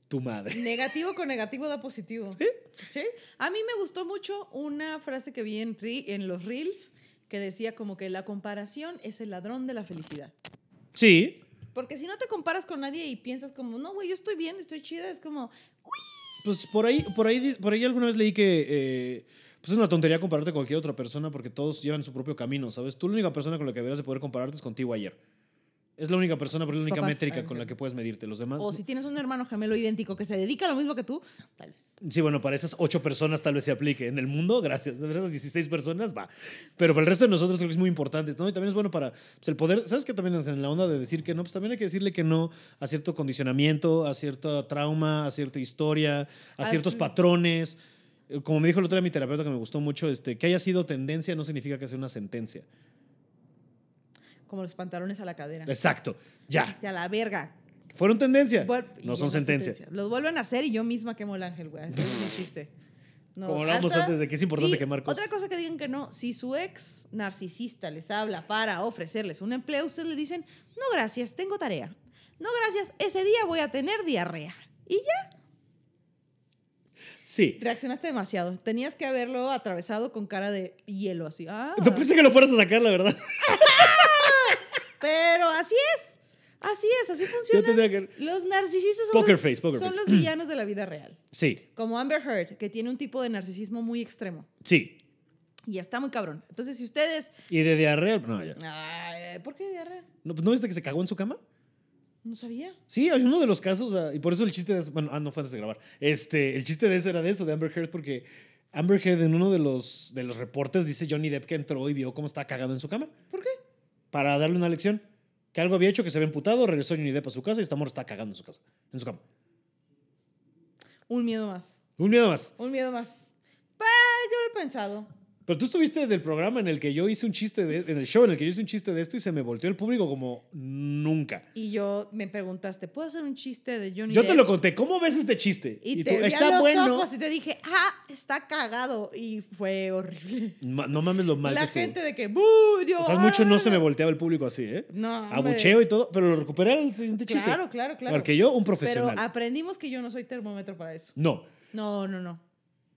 S1: tu madre.
S2: Negativo con negativo da positivo.
S1: ¿Sí?
S2: Sí. A mí me gustó mucho una frase que vi en, re- en los Reels que decía como que la comparación es el ladrón de la felicidad.
S1: Sí,
S2: Porque si no te comparas con nadie y piensas como, no, güey, yo estoy bien, estoy chida, es como,
S1: pues por ahí por ahí di- por ahí alguna vez leí que eh, pues es una tontería compararte con cualquier otra persona porque todos llevan su propio camino, ¿sabes? Tú la única persona con la que deberías de poder compararte es contigo ayer. Es la única persona, pero es la
S2: Tus
S1: única
S2: papás,
S1: métrica
S2: ah,
S1: con la
S2: ok.
S1: que puedes medirte. Los demás
S2: o si tienes un hermano gemelo idéntico que se dedica a lo mismo que tú, tal vez.
S1: Sí, bueno, para esas ocho personas tal vez se aplique. En el mundo, gracias. Para esas 16 personas, va. Pero para el resto de nosotros creo que es muy importante, ¿no? Y también es bueno para pues, el poder. ¿Sabes qué también es en la onda de decir que no? Pues también hay que decirle que no a cierto condicionamiento, a cierto trauma, a cierta historia, a
S2: Ah,
S1: ciertos
S2: sí.
S1: patrones. Eh, Como me dijo el otro día mi terapeuta que me gustó mucho, este, que haya sido tendencia no significa que sea una sentencia.
S2: Como los pantalones a la cadera.
S1: Exacto. Ya.
S2: Este, A la verga.
S1: Fueron tendencia.
S2: Vuel- y
S1: No son
S2: una
S1: sentencia.
S2: Los vuelven a hacer y yo misma quemo el ángel, güey. Ese es un chiste. No,
S1: Como hablábamos
S2: hasta-
S1: antes de que es importante
S2: sí,
S1: quemar cosas.
S2: Otra cosa que digan que no, si su ex narcisista les habla para ofrecerles un empleo, ustedes le dicen, no gracias, tengo tarea. No gracias, ese día voy a tener diarrea. Y ya,
S1: Sí.
S2: reaccionaste demasiado. Tenías que haberlo atravesado con cara de hielo así. Ah,
S1: No pues, pensé que lo fueras a sacar, la verdad.
S2: pero así es. Así es, así
S1: Yo
S2: funciona.
S1: tendría que.
S2: Los narcisistas son,
S1: Poker
S2: los,
S1: face, poker
S2: son
S1: face.
S2: los villanos de la vida real.
S1: Sí,
S2: Como Amber Heard, que tiene un tipo de narcisismo muy extremo.
S1: sí.
S2: Y está muy cabrón. Entonces, si ustedes...
S1: Y de diarrea. No, ya.
S2: Ay, ¿Por qué diarrea?
S1: ¿No, pues, ¿no viste que se cagó en su cama?
S2: No sabía.
S1: Sí, hay uno de los casos, ah, y por eso el chiste de eso, bueno, ah, no fue antes de grabar, este, el chiste de eso era de eso, de Amber Heard, porque Amber Heard en uno de los, de los reportes dice Johnny Depp que entró y vio cómo estaba cagado en su cama.
S2: ¿Por qué?
S1: Para darle una lección. Que algo había hecho, que se había emputado, regresó Johnny Depp a su casa y esta morra está cagando en su casa, en su cama.
S2: Un miedo más.
S1: Un miedo más.
S2: Un miedo más. Pa, yo lo he pensado.
S1: Pero tú estuviste del programa en el que yo hice un chiste, de, en el show en el que yo hice un chiste de esto y se me volteó el público como nunca.
S2: Y yo me preguntaste, ¿puedo hacer un chiste de Johnny
S1: Yo
S2: Depp?
S1: te lo conté, ¿cómo ves este chiste?
S2: Y, te vi a los ojos y te dije, ah, está cagado. Y fue horrible.
S1: Ma- no mames lo mal
S2: la
S1: que estuvo.
S2: gente de que, ¡buh! Yo,
S1: O sea, mucho no se me
S2: "Ah".
S1: volteaba el público así, ¿eh?
S2: No, hombre.
S1: Abucheo y todo, pero lo recuperé al siguiente chiste.
S2: Claro, claro, claro.
S1: Porque yo, un
S2: Pero
S1: profesional.
S2: aprendimos que yo no soy termómetro para eso.
S1: No,
S2: No, no, no.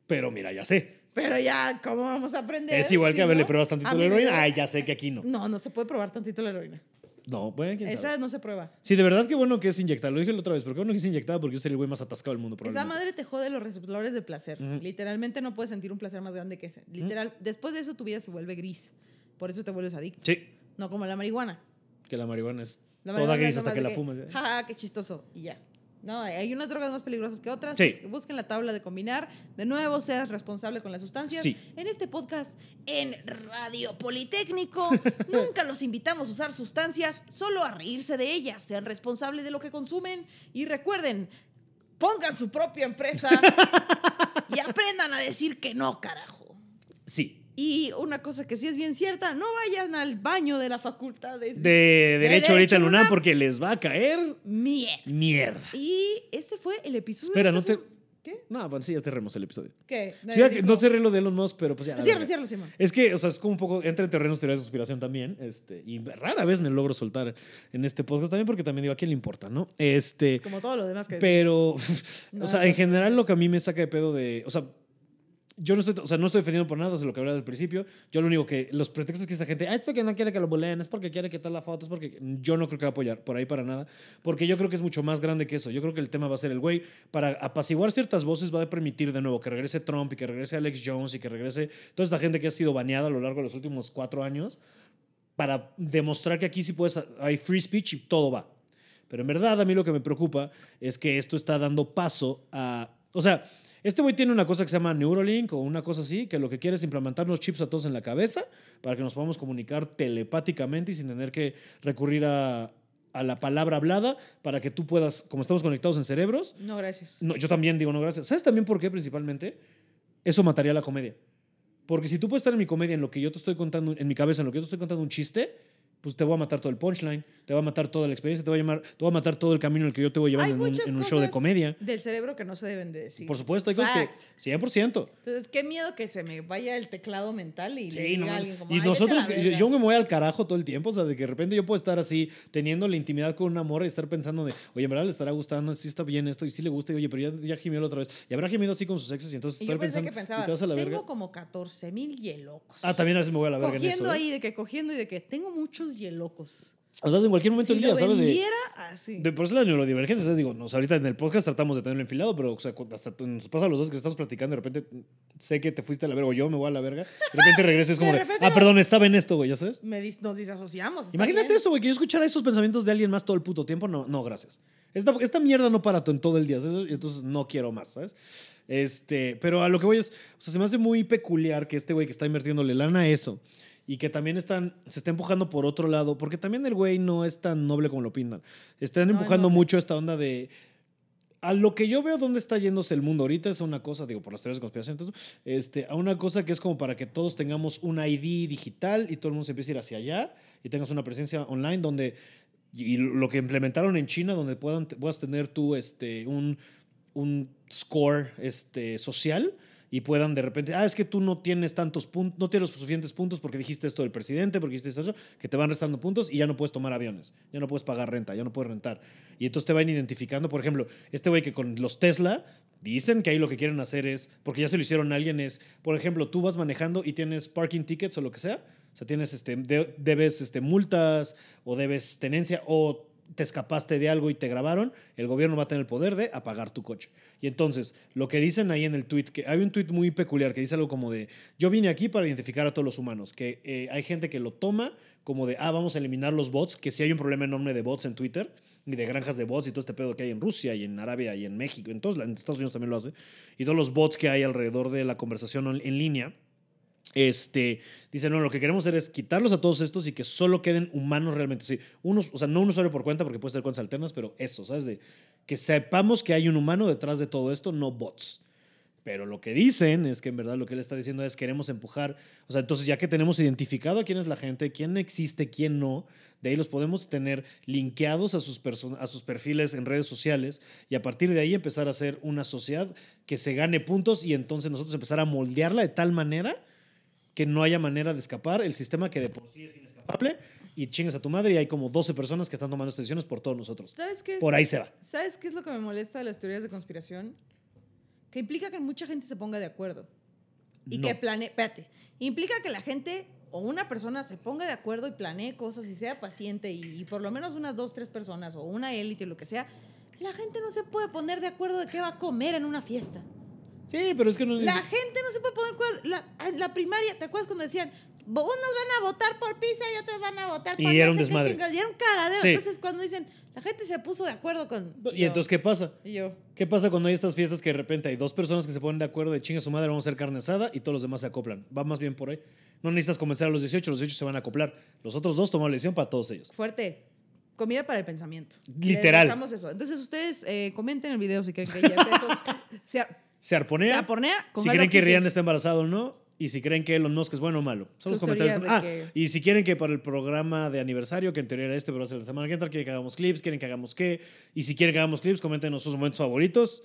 S1: pero mira, ya sé.
S2: Pero ya, ¿cómo vamos a aprender?
S1: Es igual que
S2: si
S1: a ver, le
S2: no?
S1: pruebas tantito
S2: A
S1: la
S2: mí me
S1: heroína.
S2: da-
S1: Ay, ya sé que aquí no.
S2: No, no se puede probar tantito la heroína.
S1: No, bueno, quién
S2: Esa
S1: sabe.
S2: no se prueba.
S1: Sí, de verdad qué bueno que es inyectada. Lo dije la otra vez, pero qué bueno que es inyectada porque yo sería el güey más atascado del mundo,
S2: Esa
S1: probablemente.
S2: madre te jode los receptores de placer. Literalmente no puedes sentir un placer más grande que ese. Literal, después de eso tu vida se vuelve gris. Por eso te vuelves adicto.
S1: Sí,
S2: No como la marihuana.
S1: que la marihuana es
S2: La
S1: toda
S2: marihuana
S1: gris
S2: es
S1: hasta
S2: nomás
S1: que
S2: de
S1: la fumas. ¿eh?
S2: Ja, ja, qué chistoso. Y ya. No, hay unas drogas más peligrosas que otras.
S1: Sí.
S2: Bus- Busquen la tabla de combinar. De nuevo, seas responsable con las sustancias.
S1: Sí.
S2: En este podcast, en Radio Politécnico, nunca los invitamos a usar sustancias, solo a reírse de ellas. Sean responsables de lo que consumen. Y recuerden, pongan su propia empresa y aprendan a decir que no, carajo.
S1: Sí.
S2: Y una cosa que sí es bien cierta, no vayan al baño de la facultad de,
S1: De derecho ahorita
S2: Derecho
S1: lunar
S2: Lunar.
S1: porque les va a caer
S2: mierda.
S1: mierda.
S2: Y este fue el episodio.
S1: Espera,
S2: de
S1: no
S2: esta
S1: te-
S2: se- ¿Qué?
S1: No, bueno, sí, ya cerremos el episodio.
S2: ¿Qué?
S1: Sí, ya
S2: Nadie
S1: que-
S2: dijo.
S1: no cerré lo de Elon Musk, pero pues ya. la
S2: Cierra,
S1: verga.
S2: cierra, cierra.
S1: Es que, o sea, es como un poco, entra en terrenos teorías de conspiración también, este, y rara vez me logro soltar en este podcast también, porque también digo, ¿a quién le importa, no? Este,
S2: Como todo lo demás que.
S1: pero, o
S2: No,
S1: sea,
S2: no.
S1: en general lo que a mí me saca de pedo de, o sea, yo no estoy, o sea, no estoy defendiendo por nada de lo que hablaba al principio, yo lo único que, los pretextos que esta gente, "Ah, es porque no quiere que lo buleen, es porque quiere quitar la foto, es porque yo no creo que va a apoyar por ahí para nada, porque yo creo que es mucho más grande que eso, yo creo que el tema va a ser el güey, para apaciguar ciertas voces va a permitir de nuevo que regrese Trump y que regrese Alex Jones y que regrese toda esta gente que ha sido baneada a lo largo de los últimos cuatro años, para demostrar que aquí sí puedes, hay free speech y todo va. Pero en verdad a mí lo que me preocupa es que esto está dando paso a... O sea, este güey tiene una cosa que se llama Neuralink o una cosa así, que lo que quiere es implementarnos chips a todos en la cabeza para que nos podamos comunicar telepáticamente y sin tener que recurrir a, a la palabra hablada para que tú puedas, como estamos conectados en cerebros,
S2: No, gracias.
S1: no, yo también digo no gracias. ¿Sabes también por qué principalmente? Eso mataría la comedia. Porque si tú puedes estar en mi comedia, en lo que yo te estoy contando, en mi cabeza, en lo que yo te estoy contando un chiste, pues te voy a matar todo el punchline, te va a matar toda la experiencia, te va a, llamar, te va a matar todo el camino en el que yo te voy a llevar
S2: Hay
S1: en un,
S2: muchas
S1: en un show de
S2: cosas
S1: comedia.
S2: Del cerebro que no se deben de decir.
S1: Por supuesto, hay cosas
S2: Fact.
S1: que... 100%.
S2: Entonces, qué miedo que se me vaya el teclado mental y le
S1: Sí,
S2: diga
S1: no
S2: a
S1: mames.
S2: alguien como,
S1: y
S2: "Ay,
S1: nosotros,
S2: vete a la
S1: yo,
S2: verga".
S1: yo me voy al carajo todo el tiempo, o sea, de que de repente yo puedo estar así, teniendo la intimidad con una morra y estar pensando de, oye, en verdad le estará gustando, si está bien esto, y si le gusta, y oye, pero ya, ya gimió la otra vez, y habrá gemido así con sus exes, y entonces
S2: Y
S1: estar
S2: yo pensé
S1: pensando,
S2: que
S1: y te vas
S2: pensabas,
S1: a la
S2: tengo
S1: verga.
S2: como 14 mil hielocos.
S1: Ah, también a veces me voy a la verga en
S2: cogiendo
S1: eso. ¿eh?
S2: ahí, de que cogiendo y de que tengo muchos hielocos.
S1: O sea, en cualquier momento
S2: Si
S1: del día,
S2: lo
S1: ¿sabes? De-
S2: vendiera ah, así.
S1: De, por eso las neurodivergencias, ¿sabes? digo, nos, ahorita en el podcast tratamos de tenerlo enfilado, pero o sea, cu- hasta t- nos pasa a los dos que estamos platicando, de repente sé que te fuiste a la verga, o yo me voy a la verga, de repente regreso y es como,
S2: De
S1: de,
S2: repente
S1: ah,
S2: no.
S1: perdón, estaba en esto, güey, ¿ya sabes?
S2: Me dis- nos disasociamos. Pues, está
S1: Imagínate
S2: bien.
S1: eso, güey, que yo escuchara esos pensamientos de alguien más todo el puto tiempo. No, no, gracias. Esta, esta mierda no para to- en todo el día, ¿sabes? entonces no quiero más, ¿sabes? Este, pero a lo que voy es, o sea, se me hace muy peculiar que este güey que está invirtiéndole lana a eso y que también están, se está empujando por otro lado, porque también el güey no es tan noble como lo pintan. Están
S2: No es
S1: empujando
S2: noble.
S1: mucho esta onda de, a lo que yo veo dónde está yéndose el mundo ahorita es una cosa, digo, por las teorías de conspiración, entonces, este, a una cosa que es como para que todos tengamos un ID digital y todo el mundo se empiece a ir hacia allá y tengas una presencia online donde, y, y lo que implementaron en China, donde puedan, puedas tener tú este, un, un score este, social y puedan de repente, ah, es que tú no tienes tantos puntos, no tienes los suficientes puntos porque dijiste esto del presidente, porque dijiste esto, que te van restando puntos y ya no puedes tomar aviones, ya no puedes pagar renta, ya no puedes rentar. Y entonces te van identificando, por ejemplo, este güey que con los Tesla dicen que ahí lo que quieren hacer es, porque ya se lo hicieron a alguien, es, por ejemplo, tú vas manejando y tienes parking tickets o lo que sea, o sea, tienes, este, de- debes este, multas o debes tenencia o te escapaste de algo y te grabaron, el gobierno va a tener el poder de apagar tu coche. Y entonces, lo que dicen ahí en el tweet, que hay un tweet muy peculiar que dice algo como de, yo vine aquí para identificar a todos los humanos, que eh, hay gente que lo toma como de, ah, vamos a eliminar los bots, que si hay un problema enorme de bots en Twitter, y de granjas de bots y todo este pedo que hay en Rusia y en Arabia y en México, en todos la- en Estados Unidos también lo hace, y todos los bots que hay alrededor de la conversación on- en línea. Este, dicen, no, lo que queremos hacer es quitarlos a todos estos y que solo queden humanos realmente. Sí, unos, o sea, no un usuario por cuenta porque puede ser cuentas alternas, pero eso, ¿sabes? De, que sepamos que hay un humano detrás de todo esto, no bots. Pero lo que dicen es que en verdad lo que él está diciendo es queremos empujar, o sea, entonces ya que tenemos identificado a quién es la gente, quién existe, quién no, de ahí los podemos tener linkeados a sus, perso- a sus perfiles en redes sociales y a partir de ahí empezar a hacer una sociedad que se gane puntos y entonces nosotros empezar a moldearla de tal manera que no haya manera de escapar, el sistema que de por sí es inescapable y chingas a tu madre y hay como 12 personas que están tomando estas decisiones por todos nosotros.
S2: ¿Sabes qué es?
S1: Por ahí se va.
S2: ¿Sabes qué es lo que me molesta de las teorías de conspiración? Que implica que mucha gente se ponga de acuerdo. Y
S1: No.
S2: que planee. Espérate. Implica que la gente o una persona se ponga de acuerdo y planee cosas y sea paciente y, y por lo menos unas dos, tres personas o una élite o lo que sea. La gente no se puede poner de acuerdo de qué va a comer en una fiesta.
S1: Sí, pero es que no
S2: La gente no se puede poner cua- la, en la primaria, ¿te acuerdas cuando decían, "Bo- unos van a votar por pizza y otros van a votar por
S1: Y
S2: no
S1: era un
S2: sé qué
S1: desmadre.
S2: chingados", y era un cagadero.
S1: Sí.
S2: Entonces cuando dicen, la gente se puso de acuerdo con
S1: ¿Y entonces qué pasa?
S2: y yo,
S1: ¿Qué pasa cuando hay estas fiestas que de repente hay dos personas que se ponen de acuerdo de chinga su madre, vamos a hacer carne asada y todos los demás se acoplan? Va más bien por ahí. No necesitas comenzar a los 18, los 18 se van a acoplar. Los otros dos toman la decisión para todos ellos.
S2: fuerte. Comida para el pensamiento.
S1: Literal.
S2: Les dejamos eso. Entonces ustedes eh, comenten el video si creen que ya esos sea,
S1: Se arponea.
S2: Se arponea con
S1: si
S2: Hello
S1: creen que
S2: Kitty.
S1: Rihanna está embarazada o no. Y si creen que Elon Musk es bueno o malo. Son los
S2: Sus
S1: comentarios.
S2: teorías
S1: Ah,
S2: de
S1: y si quieren que para el programa de aniversario, que en teoría era este, pero va a ser la semana que entra, quieren que hagamos clips, quieren que hagamos qué. Y si quieren que hagamos clips, coméntenos sus momentos favoritos.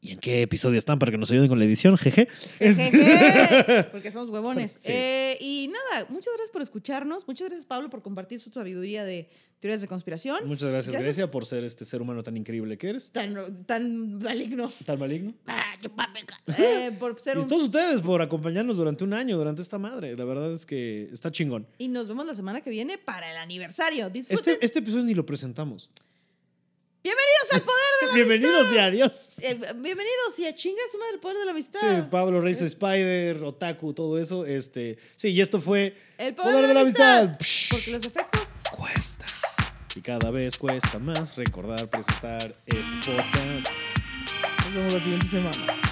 S1: ¿Y en qué episodio están para que nos ayuden con la edición? Jeje. Este-
S2: Jejeje, porque somos huevones.
S1: Sí.
S2: Eh, y nada, muchas gracias por escucharnos. Muchas gracias, Pablo, por compartir su sabiduría de teorías de conspiración.
S1: Muchas gracias,
S2: Gracias.
S1: Grecia, por ser este ser humano tan increíble que eres.
S2: Tan, tan maligno.
S1: Tan maligno.
S3: Ah, chupapeca.
S2: Eh, por ser
S1: Y
S2: un
S1: todos ustedes por acompañarnos durante un año, durante esta madre. La verdad es que está chingón.
S2: Y nos vemos la semana que viene para el aniversario. Disfruten.
S1: Este, este episodio ni lo presentamos.
S2: Bienvenidos al poder
S1: Bienvenidos y adiós.
S2: de la. eh, bienvenidos y a chinga su madre el poder de la amistad.
S1: Sí, Pablo
S2: eh.
S1: Reizo, Spider, Otaku, todo eso. Este, sí, y esto fue
S2: el poder, de la amistad. Porque los efectos.
S1: Cuesta. Y cada vez cuesta más recordar presentar este podcast. Nos vemos la siguiente semana.